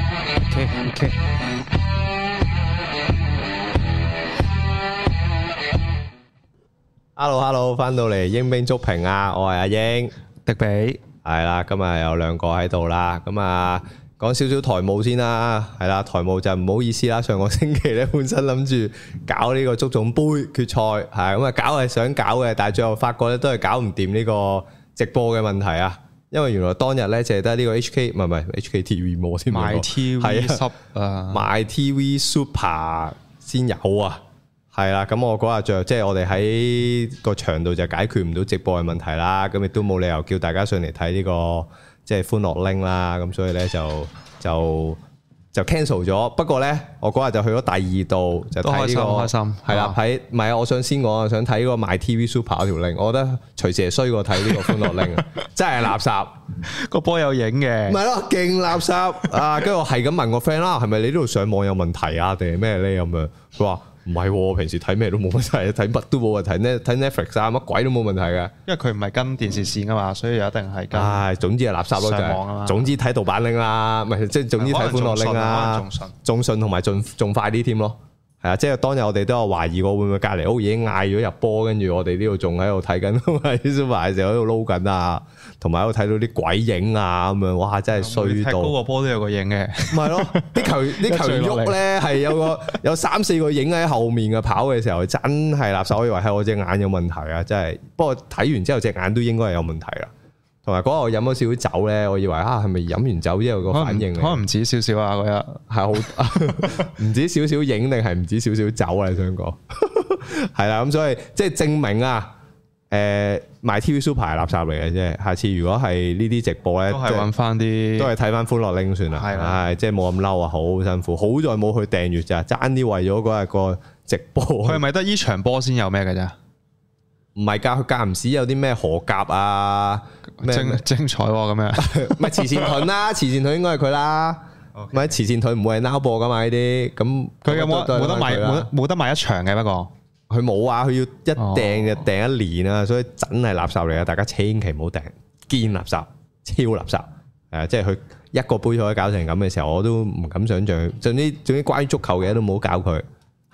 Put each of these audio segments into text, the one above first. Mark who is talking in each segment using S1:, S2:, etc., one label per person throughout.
S1: Okay, okay.
S2: Hello Hello，翻到嚟英兵足評啊，我係阿英，
S1: 迪比，
S2: 係啦，今日有兩個喺度啦，咁啊講少少台務先啦，係啦，台務就唔好意思啦，上個星期咧本身諗住搞呢個足總杯決賽，係咁啊搞係想搞嘅，但係最後發覺咧都係搞唔掂呢個直播嘅問題啊，因為原來當日咧淨係得呢個 HK 唔係唔係 HKTV 冇添，
S1: 買 TV
S2: 係啊
S1: 濕啊，
S2: 買 TV Super 先有啊，係啦，咁我嗰日就即係我哋喺個場度就解決唔到直播嘅問題啦，咁亦都冇理由叫大家上嚟睇呢個即係歡樂拎啦，咁所以咧就就就 cancel 咗。不過咧，我嗰日就去咗第二度就睇呢、個
S1: 都開心開心
S2: 係啦
S1: 啊，
S2: 睇唔係啊，我想先講啊，想睇嗰個買 TV Super 嗰條 link，我覺得隨時係衰過睇呢個歡樂拎，啊真係垃圾。
S1: 個波有影嘅
S2: 唔，係咯，勁垃圾啊！跟住我係咁問個 friend 啦，係咪你呢度上網有問題啊？定係咩咧咁樣？佢話唔係喎，我平時睇咩都冇問題，睇乜都冇問題，呢睇 Netflix 啊乜鬼都冇問題嘅。
S1: 因為佢唔係跟電視線噶嘛，所以一定係跟。
S2: 唉，總之係垃圾咯，就
S1: 嗯上網啊
S2: 係
S1: 嘛
S2: 總之睇盜版拎啦，唔係即係總之睇歡樂拎
S1: 可能
S2: 啦
S1: 仲信可能仲信，
S2: 仲信同埋仲仲快啲添咯。係啊，即係當日我哋都有懷疑過會唔會隔離屋已經嗌咗入波，跟住我哋呢度仲喺度睇緊， 喺 s u p 嘅時候喺度撈緊啊，同埋喺度睇到啲鬼影啊咁樣，哇！真係衰
S1: 踢
S2: 到
S1: 高個波都有個影嘅，
S2: 唔 係咯，啲球啲球員喐咧係有個 有三四個影喺後面嘅跑嘅時候，真係垃圾。我以為係我隻眼有問題啊，真係。不過睇完之後隻眼都應該係有問題啦。同埋嗰日我飲咗少少酒咧，我以為啊係咪飲完酒之後個
S1: 可
S2: 反
S1: 能
S2: 應
S1: 唔
S2: 嚟
S1: 可能唔止少少啊嗰
S2: 係好 唔止少少影定係唔止少少酒啊？你想講 係啦，咁所以即係證明啊，誒、買 TV Super 係垃圾嚟嘅啫。下次如果係呢啲直播
S1: 日
S2: 咧，
S1: 都係
S2: 即係
S1: 揾翻啲
S2: 都係睇翻歡樂拎算啦，
S1: 係啦
S2: 唉，即係冇咁嬲啊，好辛苦，好在冇去訂閱咋，爭啲為咗嗰日個直播，
S1: 佢係咪得依場波先有咩嘅咋？
S2: 唔係㗎，佢間唔時有啲咩荷甲 啊，咩
S1: 精精彩喎咁 樣，
S2: 唔係慈善盾 啦，慈善盾應該係佢啦，唔係慈善盾唔會係 now 播㗎嘛呢啲，咁
S1: 佢有冇
S2: 都係
S1: 冇得
S2: 都係
S1: 買
S2: 佢啦
S1: 冇得冇得買一場嘅不過，
S2: 佢冇啊，佢要一
S1: 哦
S2: 訂就訂一年啊，所以真係垃圾嚟啊！大家千祈唔好訂，堅垃圾，超垃圾。誒，即係佢一個杯賽搞成咁嘅時候，我都唔敢想象。總之總之，關於足球嘅都唔好搞佢，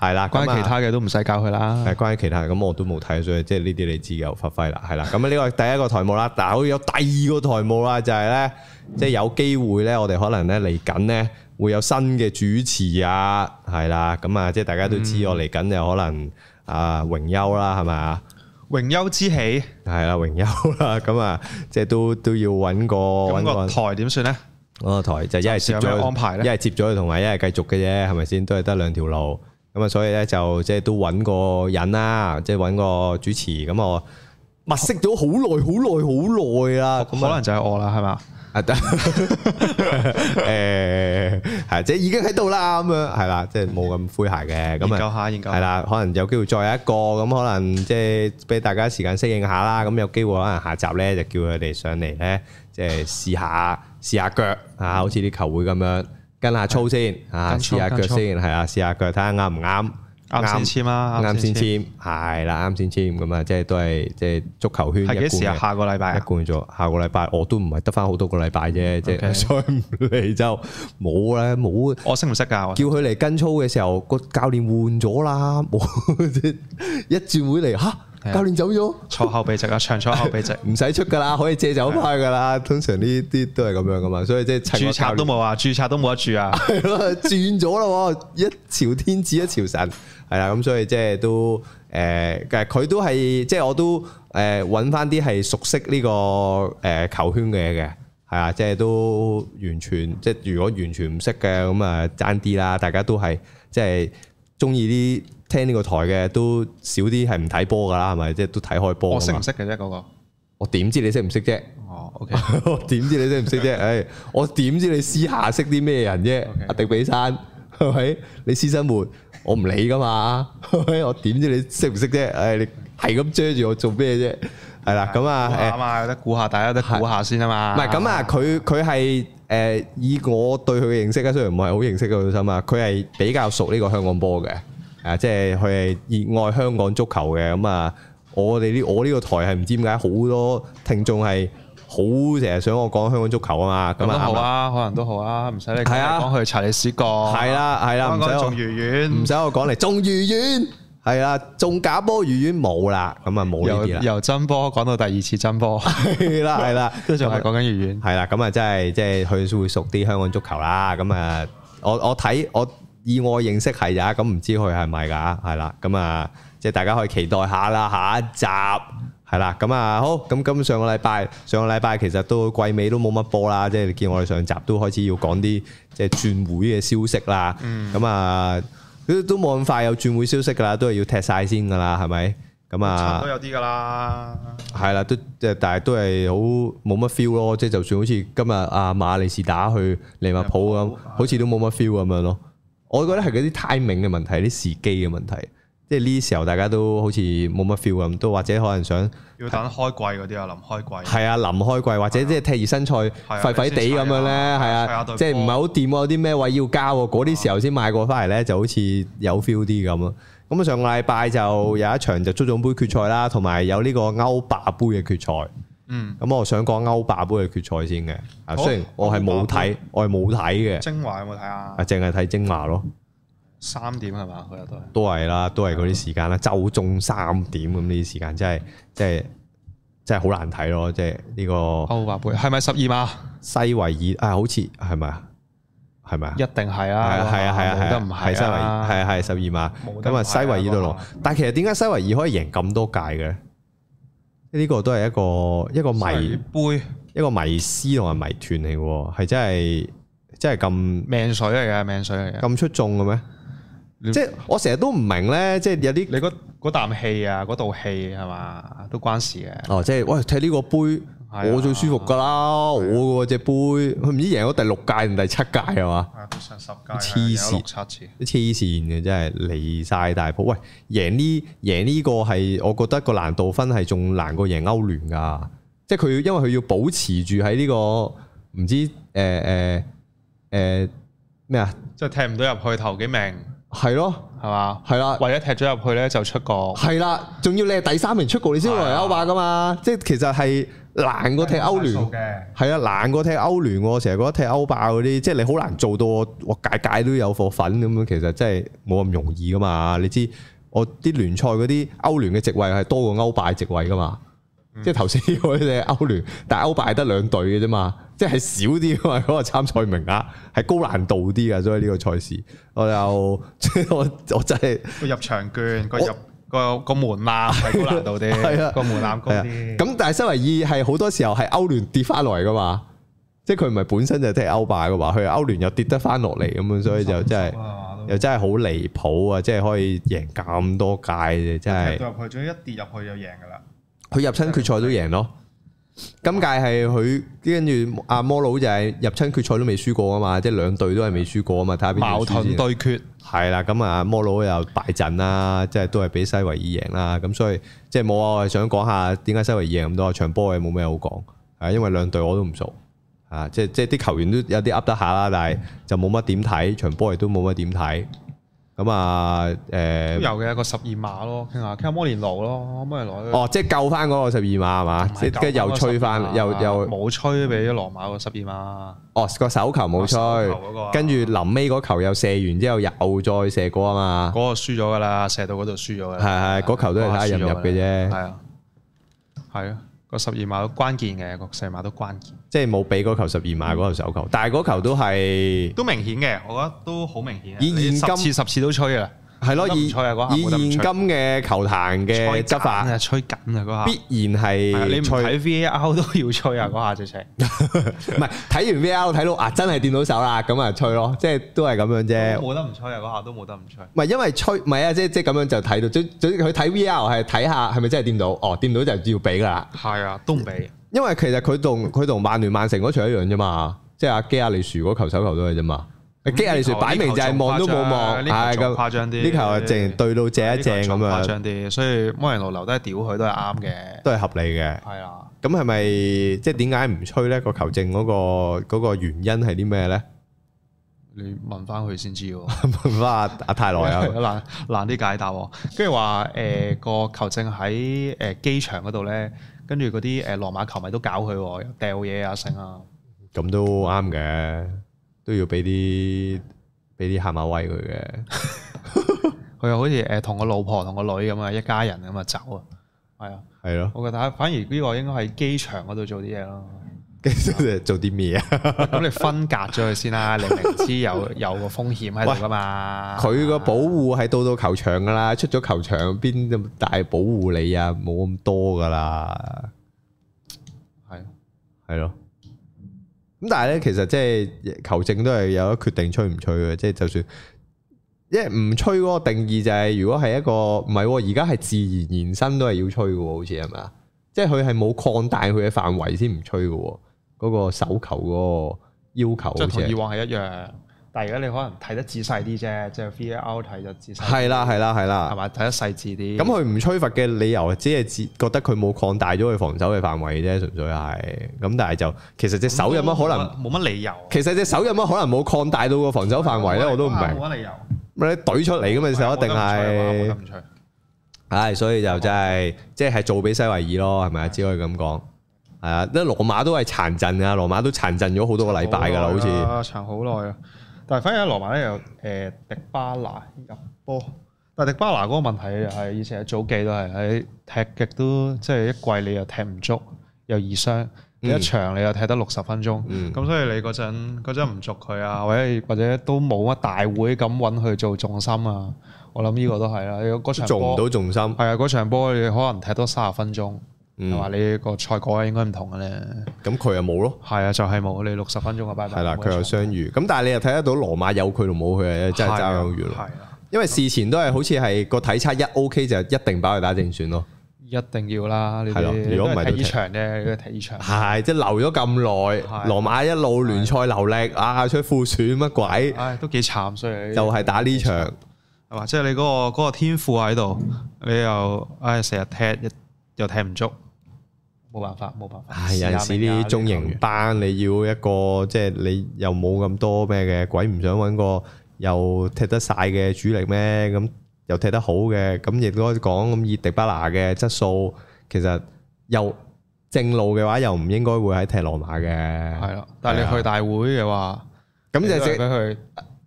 S2: 係啦。
S1: 關於其
S2: 咁啊
S1: 他嘅都唔使教佢啦。
S2: 係關於其他，咁我都冇睇，所以即係呢啲你自由發揮啦，係啦。咁呢個第一個台目啦，但係好似有第二個台目啦，就係咧，即係有機會咧，我哋可能咧嚟緊咧會有新嘅主持啊，係啦。咁啊，即係大家都知我嚟緊就可能啊榮休啦，係咪啊？
S1: 榮休之喜，
S2: 係啦，榮休啦，咁啊，即係都都要揾
S1: 咁
S2: 個哦揾
S1: 個
S2: 個
S1: 台點算呢？
S2: 嗰個台就一係接
S1: 暫時有
S2: 咗
S1: 咩安排
S2: 佢，
S1: 呢
S2: 一係接咗佢，同埋一係繼續嘅啫，係咪先？都係得兩條路。咁啊，所以咧就即係都揾個人啦，即係揾個主持。咁我物色咗好耐，好耐，好耐啦。
S1: 可
S2: 咁啊
S1: 能就係我啦，係嘛？
S2: 啊得， 誒係即係已經喺度啦，咁樣係啦，即係冇咁灰鞋嘅。咁
S1: 研
S2: 啊
S1: 究。下研究下
S2: 係。啦，可能有機會再有一個咁，可能即係俾大家時間適應下啦。咁有機會可能下集咧就叫佢哋上嚟咧，即係試下試下腳啊，好似啲球會咁樣跟下操先啊，
S1: 跟操
S2: 試下腳
S1: 跟操
S2: 先係啊，試下腳睇下啱唔啱，
S1: 啱先簽啦，
S2: 啱先。簽係啦，啱先簽咁啊，即係都係即係足球圈
S1: 係
S2: 一
S1: 幾
S2: 貫
S1: 時啊？
S2: 嘅
S1: 下個禮拜
S2: 一
S1: 啊？
S2: 貫咗，下個禮拜我都唔係得翻好多個禮拜啫，即係
S1: OK
S2: 所以唔嚟就冇啦，冇
S1: 我識唔識噶？
S2: 叫佢嚟跟操嘅時候，個教練換咗啦，冇 一轉會嚟
S1: 係
S2: 吓，
S1: 啊
S2: 教練走咗，。
S1: 坐後備席啊，長坐後 備席
S2: 唔使出噶啦，可以借走翻噶啦。通常呢啲都係咁樣噶嘛，所以即係趁
S1: 註
S2: 個
S1: 冊都
S2: 教練
S1: 冇啊，註冊都冇得住啊！
S2: 係咯，轉咗啦喎，一朝天子一朝臣，係啦，咁所以即係都誒，其實佢都係即係我都誒揾翻啲係熟悉呢個誒球圈嘅嘢嘅，係啊，即係都完全即係如果完全唔識嘅咁啊爭啲啦，大家都係即係中意啲聽呢個台嘅都少啲係唔睇波噶啦，係咪？即係都睇開波
S1: 我
S2: 㗎
S1: 識
S2: 嘛
S1: 唔。識嘅啫嗰個。
S2: 我點知你識唔識啫？
S1: 哦，OK，
S2: 我 點知你識唔識啫？唉，我點知你私下識啲咩人啫
S1: OK？
S2: 阿迪比山係咪？你私生活我唔理噶嘛，係咪？我點知你識唔識啫？唉，你係咁遮住我做咩啫？係啦，咁啊，誒
S1: 啊。嘛，有得估下，大家有得估下先啊嘛。
S2: 唔係咁啊，佢佢係誒以我對佢嘅認識咧，雖然唔係好認識佢心啊，佢係比較熟呢個香港波嘅，啊，即係佢係熱愛香港足球嘅。咁啊，我哋呢我呢個台係唔知點解好多聽眾係好好成日想我講香港足球啊嘛，
S1: 咁
S2: 咁
S1: 都
S2: 啊
S1: 好
S2: 啱啊，
S1: 啊，可能都好啊，唔使你
S2: 係啊
S1: 講講去查理斯角，
S2: 係啦係
S1: 香
S2: 啦，唔使
S1: 港
S2: 我
S1: 仲魚丸
S2: 唔，使我講嚟，中魚丸係啦，中假波魚丸冇啦，咁啊冇呢
S1: 由
S2: 啲啦，
S1: 由真波講到第二次真 波，
S2: 係啦係啦，
S1: 都仲係講緊魚丸。
S2: 系啦，咁啊，真係即係佢會熟啲香港足球啦。咁啊，我我睇我以我認識係呀，咁唔知佢係咪㗎？係啦，咁啊，即係大家可以期待下啦，下一集係啦。咁啊，好，咁咁上個禮拜，上個禮拜其實都季尾都冇乜波啦，即係你見我哋上集都開始要講啲即係轉會嘅消息啦。咁啊、都都冇咁快有轉會消息㗎啦，都係要踢晒先㗎啦，係咪？咁
S1: 差
S2: 啊
S1: 唔多。有啲噶啦，
S2: 係啦，都即係，但係都係好冇乜 feel 咯。即係就算好似今日阿馬利士打去利物浦
S1: 利物
S2: 咁
S1: 浦，
S2: 好似都冇乜 feel 咁樣咯。我覺得係嗰啲 timing 嘅問題，啲時機嘅問題。即係呢時候大家都好似冇乜 feel 咁，都或者可能想
S1: 要等開季嗰啲啊，臨開季。
S2: 係啊，臨開季或者即係踢熱身賽
S1: 啊
S2: 廢廢地咁樣咧，
S1: 你先
S2: 係
S1: 砌下
S2: 啊
S1: 隊，波
S2: 即係唔係好掂喎？有啲咩位要交喎？嗰啲時候先買過翻嚟咧，就好似有 feel 啲咁咯。咁啊，上個禮拜就有一場就足總杯決賽啦，同埋有呢個歐霸杯嘅決賽。
S1: 嗯，
S2: 咁我想講歐霸杯嘅決賽先嘅，啊
S1: 好
S2: 雖然我係冇睇，我係冇睇嘅，
S1: 精華有冇睇啊
S2: 啊？淨係睇精華咯，
S1: 三點係嘛？佢日都係。
S2: 都係啦，都係嗰啲時間啦，就中三點咁呢啲時間，真係真係真係好難睇咯，即係呢個
S1: 歐霸杯係咪十二碼？
S2: 西維爾啊，好似係咪啊？係咪啊
S1: 一？定係
S2: 係
S1: 啊！
S2: 啊係啊係啊
S1: 冇
S2: 係
S1: 得
S2: 啊
S1: 唔
S2: 係
S1: 係
S2: 西維
S1: 啊
S2: 爾係啊係啊十二碼，
S1: 冇得唔
S2: 咁啊
S1: 係啊
S2: 西維爾都攞
S1: 嗰下，
S2: 但係其實點解西維爾可以贏咁多屆嘅咧？呢個都係一個一個謎。
S1: 迷杯
S2: 一個迷思同埋迷團嚟嘅喎，係真係真係咁
S1: 命水嚟嘅，命水嚟嘅。
S2: 咁出眾嘅
S1: 你
S2: 咩？即係我成日都唔明咧，即係有啲
S1: 你嗰嗰啖氣啊，嗰道氣係嘛，都關事嘅。
S2: 哦，即係喂踢呢個
S1: 啊
S2: 杯，我最舒服㗎啦，我嗰隻杯，佢唔知贏咗第六屆定第七屆係嘛？
S1: 啊，都上十屆
S2: 啦黐線有六
S1: 七次。
S2: 黐線嘅真係離晒大譜。喂，贏呢贏呢個係，我覺得個難度分係仲難過贏歐聯㗎，即係佢因為佢要保持住喺呢個唔知誒誒誒咩啊？
S1: 即係踢唔到入去頭幾名
S2: 係咯，
S1: 係嘛？
S2: 係啦。
S1: 為咗踢咗入去咧就出國。
S2: 係啦，仲要你係第三名出局，你先會嚟歐霸噶嘛？即係其實係難過踢歐聯，
S1: 嘅。
S2: 係啊，難過踢歐聯喎。成日覺得踢歐霸嗰啲，即係你好難做到我我屆屆都有貨粉咁樣，其實真係冇咁容易噶嘛。你知我啲聯賽嗰啲歐聯嘅席位係多過歐霸席位噶嘛？即係頭先嗰只歐聯，但係歐霸係得兩隊嘅啫嘛，即係少啲噶嘛 嗰個參賽名額，係高難度啲噶，所以呢個賽事我又 即係我我真係。
S1: 個入場券個
S2: 我
S1: 入個個門檻係高難度啲，
S2: 係啊
S1: 個門檻高
S2: 係啊
S1: 啲。
S2: 咁但係西維爾係好多時候係歐聯跌翻落嚟噶嘛，即係佢唔係本身就踢歐霸噶嘛，佢係歐聯又跌得翻落嚟咁樣，所以就真係又真係好離譜啊！即係可以贏咁多屆嘅，真係
S1: 入去，總之一跌入去就贏噶啦。
S2: 佢入親決賽都贏咯。今屆係佢跟住阿摩佬就係入親決賽都未輸過啊嘛，即係兩隊都係未輸過啊嘛，睇下邊隊
S1: 矛
S2: 輸
S1: 盾
S2: 先
S1: 對決，
S2: 係啦，咁啊摩佬又敗陣啦，即係都係俾西維爾贏啦，咁所以即係冇啊！我係想講下點解西維爾贏咁多場波嘅冇咩好講，啊，因為兩隊我都唔熟，啊，即係即係啲球員都有啲噏得下啦，但係就冇乜點睇場波，亦都冇乜點睇，咁啊誒，
S1: 都有嘅一個十二碼咯，傾下傾下摩連奴咯，摩連奴
S2: 哦，即係救翻嗰個十二碼係嘛，
S1: 唔係
S2: 啊即係跟住又吹
S1: 九
S2: 翻，
S1: 分嗰個
S2: 又
S1: 十二碼
S2: 又
S1: 冇吹俾羅馬個十二碼，
S2: 哦個手球冇
S1: 手
S2: 吹
S1: 球嗰個啊，
S2: 跟住臨尾嗰球又射完之後又再射過啊嘛
S1: 嗰。個輸咗噶啦，射到嗰度輸咗噶啦。
S2: 係係嗰球都係睇下入唔入嘅啫
S1: 係啊，係啊，個十二碼都關鍵嘅，個十二碼都關鍵，
S2: 即係冇俾嗰球十二碼嗰球手球，但係嗰球都係
S1: 都明顯嘅，我覺得都好明顯啊。
S2: 以
S1: 你
S2: 現
S1: 十
S2: 今
S1: 次十次都吹噶啦，
S2: 係
S1: 冇
S2: 咯，
S1: 得唔
S2: 以
S1: 吹啊嗰下
S2: 以
S1: 冇得唔吹
S2: 現今嘅球壇嘅
S1: 吹
S2: 執
S1: 緊
S2: 法，
S1: 啊，吹緊啊嗰下。
S2: 必然
S1: 係啊你
S2: 係
S1: 唔
S2: 吹，
S1: 睇 VAR 都要吹啊！嗰下直情
S2: 唔係睇完 VR 睇到啊，真係掂到手啦，咁啊吹 咯，即係都係咁樣啫。
S1: 冇得唔吹啊！嗰下都冇得唔吹。
S2: 唔係因為吹，唔係啊，即係即係咁樣就睇到，總總之佢睇 VR 係睇下係咪真係掂到，哦掂到就要俾噶啦。
S1: 係啊，都唔俾。
S2: 因為其實佢同佢同曼聯曼城嗰場一樣啫嘛，即係阿基亞利殊嗰球手球都係啫嘛。基亞利殊擺明就係望都冇望，
S1: 嗯呢球
S2: 係
S1: 仲
S2: 咁
S1: 誇張啲
S2: 呢球啊，淨對到正一正咁啊
S1: 呢個仲誇
S2: 樣，
S1: 張啲。所以摩連奴留低屌佢都係啱嘅。
S2: 都係合理嘅。
S1: 係啊，
S2: 咁係咪即係點解唔吹呢個球證嗰、個嗰個原因係啲咩呢？
S1: 你問翻佢先知喎。
S2: 問翻阿阿泰來啊，
S1: 難難啲解答喎，跟住話誒個球證喺誒機場嗰度咧，跟住嗰啲誒羅馬球迷都搞佢喎，又掉嘢啊，成啊，
S2: 咁都啱嘅，都要俾啲俾啲下馬威佢嘅。
S1: 佢又好似誒同個老婆同個女咁啊，一家人咁啊走啊，係啊，
S2: 係咯，
S1: 我覺得反而呢個應該係機場嗰度做啲嘢咯。
S2: 跟住做啲咩啊？
S1: 咁你分隔咗佢先啦，你明知有有個風險喺度噶嘛。
S2: 佢個保護係到到球場噶啦，出咗球場邊咁大保護你啊，冇咁多噶啦，
S1: 係
S2: 係咯。咁但係咧，其實即係球證都係有得決定吹唔吹嘅，即係就算，因為唔吹嗰個定義就係、如果係一個唔係喎，而家係自然延伸都係要吹嘅喎，好似係咪啊？即係佢係冇擴大佢嘅範圍先唔吹嘅喎，嗰、個手球嗰個要求
S1: 即
S2: 好
S1: 係
S2: 似
S1: 同以
S2: 係
S1: 往係一樣，但係而家你可能睇得仔細啲啫，即係 VAR 睇就仔細啲。
S2: 係啦係啦係啦
S1: 係。嘛？睇得細緻啲。
S2: 咁佢唔吹罰嘅理由，只係只覺得佢冇擴大咗佢防守嘅範圍啫，純粹係。咁但係就其實隻手有乜可能？
S1: 冇乜理由？
S2: 其實隻手有乜可能冇擴大到個防守範圍咧？我都唔明。
S1: 冇乜理由。
S2: 咪你懟出嚟咁嘅時候一定
S1: 啊冇得
S2: 係
S1: 唔，吹
S2: 唉，所以就真係即係做俾西維爾咯，係咪啊？只可以咁講。係啊，因為羅馬都係殘陣啊，羅馬都殘陣咗好多個禮拜㗎
S1: 啊
S2: 啦，好似
S1: 似長好耐啊！但係反而喺羅馬咧又誒迪巴拿入波，但係迪巴拿嗰個問題又係以前喺早記都係喺踢極都即係一季你又踢唔足，又易傷。你一場你又踢得六十分鐘，咁、
S2: 嗯
S1: 所以你嗰陣嗰陣唔續佢啊，或者或者都冇乜大會咁揾佢做重心啊。我諗呢個都係啦，你嗰場
S2: 做唔
S1: 波
S2: 到重心。
S1: 係啊，嗰場波你可能踢多三十分鐘，
S2: 嗯
S1: 係嘛、你個賽果應該唔同嘅咧。
S2: 咁佢又冇咯。
S1: 係啊，就係、冇你六十分鐘啊嘅拜拜。
S2: 係啦，佢又相遇，咁但係你又睇得到羅馬有佢同冇佢，真係爭好遠咯。
S1: 係啊，
S2: 因為事前都係好似係個體測一 OK 就一定把佢打正選咯，
S1: 一定要啦！呢
S2: 係咯
S1: 啲
S2: 如果唔係
S1: 都係踢
S2: 都踢
S1: 呢場啫，你都係踢呢場。
S2: 係即係留咗咁耐，
S1: 係
S2: 羅馬一路聯賽流力啊，出副選乜鬼，
S1: 唉，都幾慘所以你
S2: 就係打呢場，
S1: 係嘛？即係你嗰、個嗰個天賦喺度，你又唉成日踢又踢唔足，冇辦法冇辦法。
S2: 唉有陣時啲中型班你要一個即係你又冇咁多咩嘅，鬼唔想揾個又踢得晒嘅主力咩？咁又踢得好嘅，咁亦都可以講咁以迪巴拿嘅質素，其實又正路嘅話又唔應該會喺踢羅馬嘅，
S1: 係啦，但係你去大會嘅話，
S2: 啊咁
S1: 你
S2: 就
S1: 都係
S2: 即
S1: 俾佢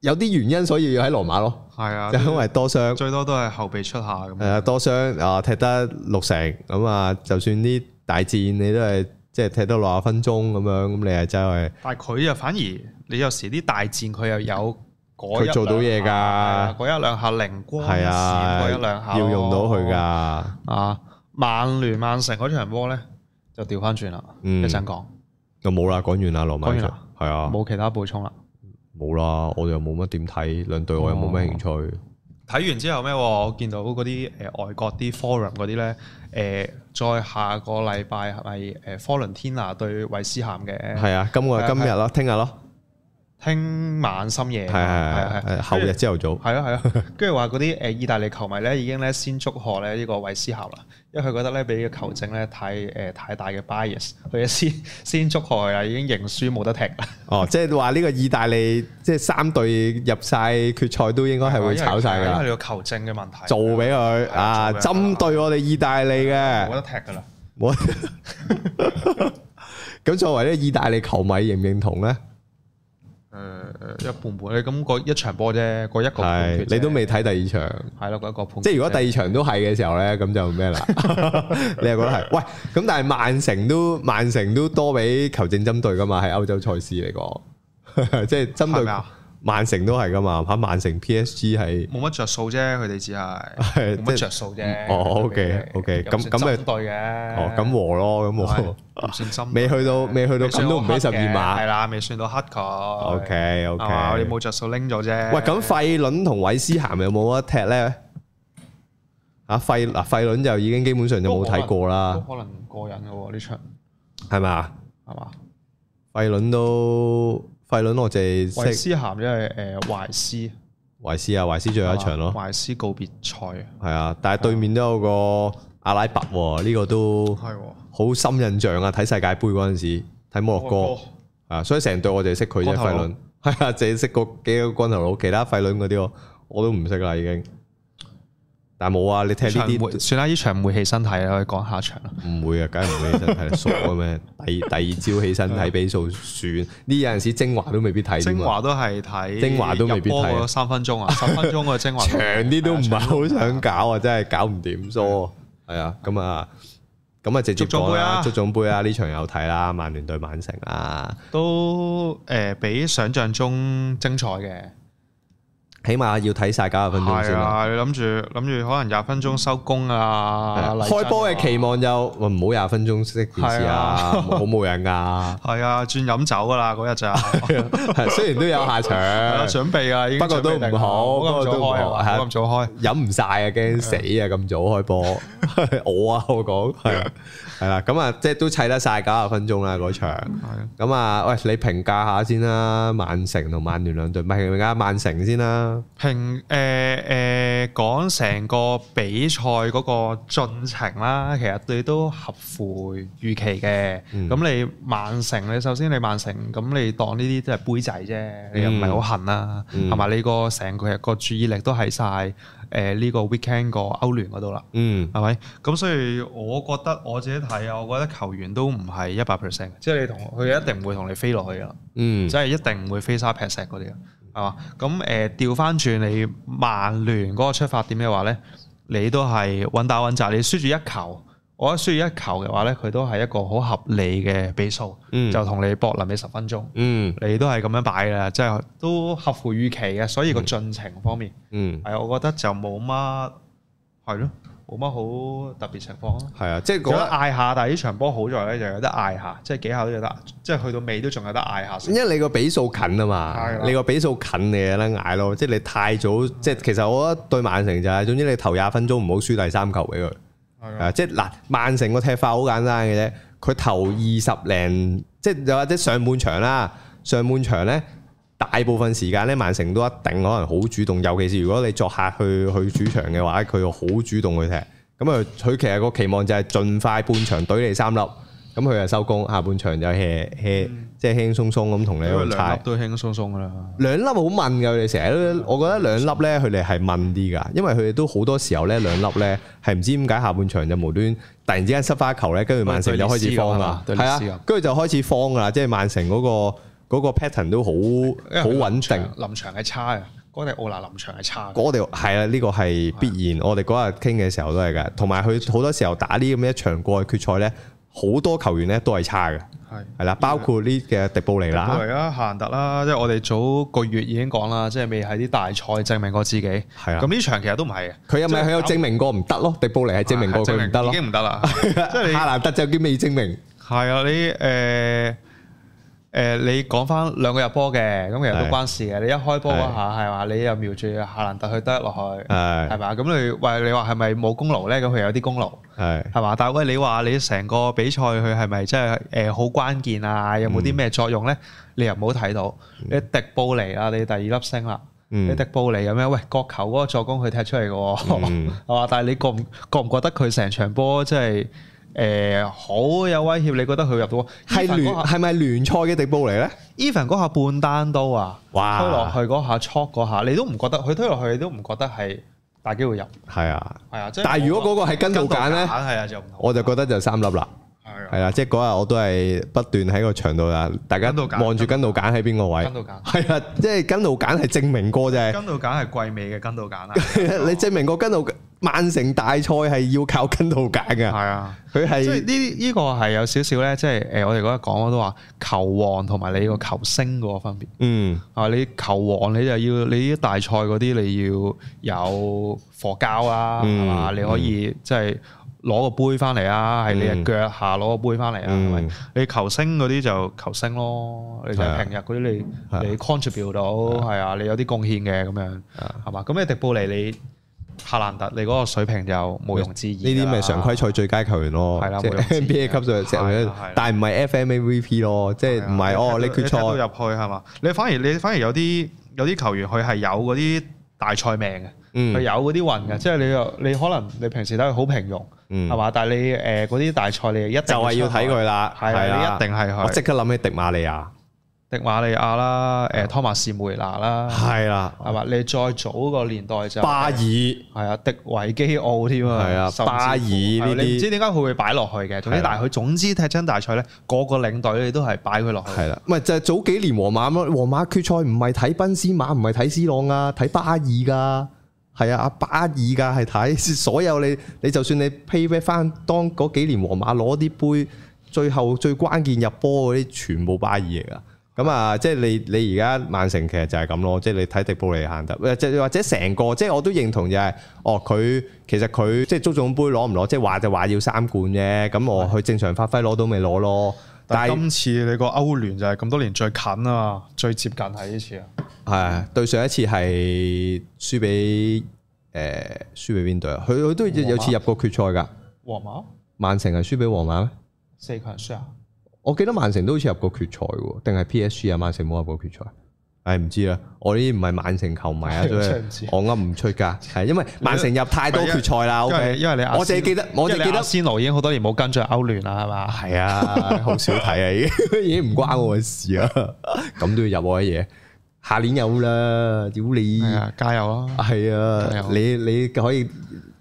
S2: 有啲原因，所以要喺羅馬咯。
S1: 係啊，
S2: 就因為多傷，誒、
S1: 最多都係後備出下咁。
S2: 多傷啊，踢得六成咁啊，就算啲大戰你都係即係踢得六十分鐘咁樣，咁你係真係
S1: 但係佢又反而你有時啲大戰佢又有嗰一
S2: 佢做到嘢㗎
S1: 兩下啊嗰一兩下靈光
S2: 係
S1: 閃
S2: 啊
S1: 嗰一兩下，
S2: 要用到佢。㗎，
S1: 啊，曼聯曼城嗰場波咧就調翻轉啦，
S2: 嗯
S1: 一陣講，
S2: 就冇啦，講完啦，羅
S1: 講
S2: 馬
S1: 完
S2: 場
S1: 啦
S2: 係啊，
S1: 冇其他補充啦。
S2: 冇啦，我又冇乜點睇兩隊，
S1: 哦
S2: 我又冇咩興趣，
S1: 睇完之後咩喎？我見到嗰啲誒外國啲 forum 嗰啲咧，誒、再下個禮拜係咪誒科倫天拿對韋斯咸嘅？
S2: 係啊，今
S1: 係
S2: 個
S1: 啊
S2: 今日咯，聽日咯，
S1: 聽晚深夜
S2: 係係係係，後日朝頭早
S1: 係啊係啊，跟住話嗰啲誒意大利球迷咧已經咧先祝賀咧呢個韋斯咸啦，因為佢覺得咧俾個球證咧太誒、太大嘅 bias，佢就先 先祝賀佢啦，已經認輸冇得踢啦，
S2: 哦，即係話呢個意大利即係三隊入晒決賽都應該係會炒晒㗎
S1: 啊因
S2: 啦，
S1: 為你個球證嘅問題，
S2: 做俾佢啊，
S1: 做俾佢
S2: 針對我哋意大利嘅
S1: 冇。 得踢噶啦，
S2: 我 咁作為咧意大利球迷認唔認同咧？
S1: 誒、一半半，你咁嗰一場波啫，嗰一個判
S2: 係
S1: 決啫
S2: 你都未睇第二場，
S1: 係咯，嗰一個判決啫，
S2: 即係如果第二場都係嘅時候咧，咁就咩 啦？你又覺得係？喂，咁但係曼城都曼城都多俾球證針對噶嘛？喺歐洲賽事嚟講， 即係
S1: 係
S2: 針
S1: 咪
S2: 對
S1: 啊？
S2: 曼城都係噶嘛？嚇，曼城 PSG 係
S1: 冇乜着數啫，佢哋只 係冇
S2: 係即係
S1: 乜着數啫。
S2: 哦，OK，OK，
S1: 有
S2: 咁
S1: 算
S2: 咁咪
S1: 針對嘅。
S2: 哦咁和咯，咁
S1: 係
S2: 和。
S1: 唔算針對
S2: 未去到未去到咁都唔俾十二碼
S1: 係啦，未算到黑佢。O
S2: OK
S1: 係嘛？我哋
S2: OK。
S1: 冇着數拎咗啫。
S2: 喂，咁費倫同韋斯咸有冇得踢咧？啊，費嗱費倫就已經基本上就冇睇
S1: 都
S2: 過啦，
S1: 可能過癮嘅喎呢場，
S2: 係咪啊？
S1: 係嘛？
S2: 費倫都費倫我哋
S1: 維
S2: 識
S1: 斯咸因為誒懷斯
S2: 維斯啊，維斯最後一場
S1: 係
S2: 咯，
S1: 嘛懷斯告別賽
S2: 係啊，但係對面都有個阿拉伯喎，呢個都
S1: 係喎。
S2: 好深印象啊！睇世界盃嗰陣時睇摩洛哥啊，所以成隊我哋識佢啫，
S1: 光頭
S2: 費
S1: 佬
S2: 倫係啊，淨係識嗰幾個光頭佬，其他費倫嗰啲我我都唔識啦已經。但冇啊，你踢呢
S1: 場
S2: 啲
S1: 煤算啦，呢場煤氣身體啦，我哋講下場啦。
S2: 唔會啊，梗係唔會起身睇傻嘅咩？第第二朝起身睇比數算，呢有陣時精華都未必睇添
S1: 精
S2: 啊。
S1: 華都係睇
S2: 精華都未必睇啊
S1: 入波嗰三分鐘啊，十分鐘嘅精華
S2: 長啲都唔係好想搞啊，真係搞唔掂疏。係啊，咁啊，咁啊直接
S1: 足總
S2: 講
S1: 杯
S2: 啦，
S1: 啊
S2: 足總杯啊呢場有睇啦，曼聯對曼城啊，
S1: 都誒比想象中精彩嘅。
S2: 起碼要睇晒九十分鐘
S1: 係
S2: 先啦。
S1: 啊，你諗住諗住可能廿分鐘收工啊，黎真啊
S2: 開波嘅期望就喂唔好廿分鐘熄電視啊，
S1: 係啊
S2: 好冇癮噶。
S1: 係啊，轉飲酒噶啦 嗰日就係
S2: 係雖然都有下
S1: 啊，
S2: 場，
S1: 準備啊，已經
S2: 不過都
S1: 準備定
S2: 唔好
S1: 唔好咁早
S2: 不過
S1: 開
S2: 都唔好
S1: 啊，唔
S2: 係啊
S1: 好咁早開。
S2: 飲唔晒啊，驚死啊！咁早開波， 我啊我講係啊係啦，咁啊即係都砌得晒九十分鐘啦嗰場。
S1: 係啊
S2: 咁啊，喂，你評價下先啦，曼城同曼聯兩隊，唔係評價曼城先啦。
S1: 平誒誒講成個比賽嗰個進程啦，其實你都合乎預期嘅。咁、
S2: 嗯
S1: 你曼城，你首先你曼城，咁你當呢啲都係杯仔啫，你又唔係好恨啦，
S2: 嗯
S1: 係咪、你個成個個注意力都喺晒誒呢個 weekend 個歐聯嗰度啦，
S2: 嗯
S1: 係咪？咁所以我覺得我自己睇啊，我覺得球員都唔係一百 percent，即係你同佢一定唔會同你飛落去噶啦。
S2: 嗯
S1: 即係一定唔會飛沙劈石嗰啲啊，係嘛？咁誒調翻轉你曼聯嗰個出發點嘅話咧，你都係穩打穩紮，你輸住一球，我覺得輸住一球嘅話咧，佢都係一個好合理嘅比數，
S2: 嗯
S1: 就同你搏臨尾十分鐘，
S2: 嗯
S1: 你都係咁樣擺啦，即係都合乎預期嘅，所以個進程方面
S2: 嗯，
S1: 係、啊我覺得就冇乜係咯，冇乜好特別情況咯。
S2: 係啊，即係
S1: 有得
S2: 講，
S1: 嗌下，但係呢場波好在咧，就有得嗌下，即係幾下都有得，即係去到尾都仲有得嗌下先。
S2: 因為你個比數近啊
S1: 係
S2: 嘛，
S1: 啦
S2: 你個比數近你有得嗌咯，即係你太早，即係其實我覺得對曼城就係，總之你頭廿分鐘唔好輸第三球俾佢。
S1: 係啊
S2: 啊，即係嗱，曼城個踢法好簡單嘅啫，佢頭二十零，即係又或者上半場啦，上半場咧大部分時間咧，曼城都一定可能好主動，尤其是如果你作客去去主場嘅話，佢好主動去踢。咁啊，佢其實個期望就係盡快半場懟你三粒，咁佢就收工，下半場就 hea hea，即係輕輕鬆鬆咁同你
S1: 因為
S2: 去
S1: 兩
S2: 猜
S1: 粒。都輕鬆鬆噶啦，
S2: 兩粒好問㗎，佢哋成日都，我覺得兩粒咧，佢哋係問啲㗎，因為佢哋都好多時候咧，兩粒咧係唔知點解下半場就無端突然之間失翻球咧，跟住曼城就開始慌啦，
S1: 對列
S2: 係
S1: 斯
S2: 啊
S1: 咁對列斯咁，
S2: 跟住就開始慌㗎啦，即係曼城嗰個嗰個 pattern 都好好穩定。
S1: 臨場係差嘅，嗰迪奧拿臨場係差嘅。
S2: 我哋係啊，呢個係必然。我哋嗰日傾嘅時候都係㗎，同埋佢好多時候打呢咁一場過去決賽咧，好多球員咧都係差嘅，
S1: 係
S2: 係啦，包括呢嘅迪布尼啦。
S1: 嚟啦，夏蘭特啦，即係我哋早個月已經講啦，即係未喺啲大賽證明過自己。
S2: 係啊
S1: 咁呢場其實都唔係嘅，
S2: 佢有咪佢有證明過唔得咯？迪布尼係證明過佢唔得咯
S1: 已。經唔得啦。即係你
S2: 哈蘭德就叫未證明，
S1: 係啊，你誒。誒，你講翻兩個入波嘅，咁其實
S2: 係
S1: 都關事嘅。你一開波嗰下係嘛，你又瞄住夏蘭特去得落去，
S2: 係
S1: 係嘛？咁你喂，你話係咪冇功勞咧？咁佢有啲功勞。
S2: 係
S1: 係嘛？但係喂，你話你成個比賽佢係咪真係誒好關鍵啊？有冇
S2: 嗯
S1: 啲咩作用咧？你又唔好睇到。你迪布尼啊，你第二粒星啦，
S2: 嗯
S1: 你迪布尼咁樣，喂角球嗰個助攻佢踢出嚟嘅喎，
S2: 嗯
S1: 係嘛？但係你覺唔覺唔覺得佢成場波即係誒好有威脅？你覺得佢入到
S2: 係
S1: Even
S2: 聯
S1: 嗰下
S2: 係咪聯賽嘅迪布尼咧？
S1: Even 嗰下半單刀啊，
S2: 哇
S1: 推落去嗰下 chok 嗰下，你都唔覺得佢推落去，你都唔覺得係大機會入
S2: 係啊，
S1: 係啊？即係
S2: 但係如果嗰個係跟
S1: 跟
S2: 到揀咧，
S1: 係啊就唔同
S2: 我就覺得就三粒啦。
S1: 係啊，
S2: 係啦，即係嗰日我都係不斷喺個場度啊，大家
S1: 跟到揀
S2: 望住跟到揀喺邊個位
S1: 跟。到揀。
S2: 係啊，即係跟到揀係證明過就係，
S1: 跟到揀係季尾嘅跟到揀啦，啊
S2: 你證明過跟到曼城大賽係要靠跟到揀
S1: 係
S2: 㗎，
S1: 啊，
S2: 佢
S1: 即係
S2: 係
S1: 呢呢個係有少少咧，即係誒我哋嗰日講我都話球王同埋你個球星嗰個分別
S2: 嗯
S1: 啊！你球王你就要你啲大賽嗰啲你要有火膠啊，係
S2: 嗯
S1: 嘛？你可以即係攞個杯翻嚟啊，係你嘅腳下攞個杯翻嚟啊，係咪
S2: 嗯？
S1: 你球星嗰啲就球星咯，你就
S2: 係啊
S1: 平日嗰啲你
S2: 係啊
S1: 你 contribute 到係啊，你有啲貢獻嘅咁樣
S2: 啊
S1: 係嘛？咁你迪布尼你夏蘭特你嗰個水平就毋庸置疑㗎
S2: 呢
S1: 啦，
S2: 啲咪常規賽最佳球員咯
S1: 啊係，啦
S2: 即係
S1: 冇用
S2: NBA 級數
S1: 係啊啦係啦
S2: 但係唔係 FM MVP 咯，即係唔係哦，你決
S1: 啊踢到
S2: 賽
S1: 入去係嘛？你反而你反而有啲有啲球員佢係有嗰啲大賽命嘅，
S2: 嗯
S1: 佢有嗰啲運嘅，即係你又你可能你平時睇佢好平庸
S2: 嗯
S1: 係嘛？但係你誒嗰啲大賽你一定
S2: 就係要睇佢啦，
S1: 係
S2: 係
S1: 啊，
S2: 啦
S1: 你一定係
S2: 我
S1: 佢
S2: 即刻諗起迪馬利亞，
S1: 迪馬利亞啦，
S2: 啊
S1: 誒托馬士梅拿啦，
S2: 係啦，
S1: 係嘛？啊你再早個年代就
S2: 哦巴爾
S1: 係啊，迪維基奧添啊，
S2: 係啊
S1: 甚至乎
S2: 巴爾呢啲
S1: 係啊你唔知點解佢會擺落去嘅。總
S2: 係啊
S1: 之，
S2: 啦
S1: 但係佢總之踢親大賽咧，個個領隊你都係擺佢落去。
S2: 係啦，唔係就係早幾年皇馬咁咯，皇馬決賽唔係睇賓斯馬，唔係睇斯朗啊，睇巴爾㗎。係啊，阿巴爾㗎係睇 所有你，你就算你 pay back 翻當嗰幾年皇馬攞啲杯，最後最關鍵入波嗰啲，全部巴爾嚟㗎。咁啊，即係你你而家曼城其實就係咁咯，即係你睇迪布尼行得，呃即係或者成個，即係我都認同就係、哦，佢其實佢即係足總杯攞唔攞，即係話就話要三冠啫，咁我去正常發揮攞到咪攞咯，
S1: 但
S2: 但
S1: 係
S2: 係
S1: 今次你個歐聯就係咁多年最近啊嘛，最接近係呢次啊。
S2: 係對上一次係輸俾誒輸俾邊隊啊？佢佢都有有次入過決賽㗎，
S1: 皇馬
S2: 曼城係輸俾皇馬咩？
S1: 四強輸啊！
S2: 我記得曼城都好似入過決賽喎，定係 PSG 啊？曼城冇入過決賽，唉唔知啊！我呢啲唔係曼城球迷啊，所 以
S1: 真係唔知
S2: 我噏唔出㗎。係因為曼城入太多決賽啦
S1: 因為
S2: ，OK，
S1: 因為你阿仙
S2: 我淨係記得，我淨
S1: 因為你
S2: 係記
S1: 阿
S2: 得
S1: 仙奴已經好多年冇跟進歐聯啦，係嘛？
S2: 係啊，好少睇啊，已經 已經唔關我嘅事啊，咁都要入我嘅嘢，下年有啦，屌你！
S1: 係啊，加油啊！
S2: 系啊
S1: 加油，
S2: 你你可以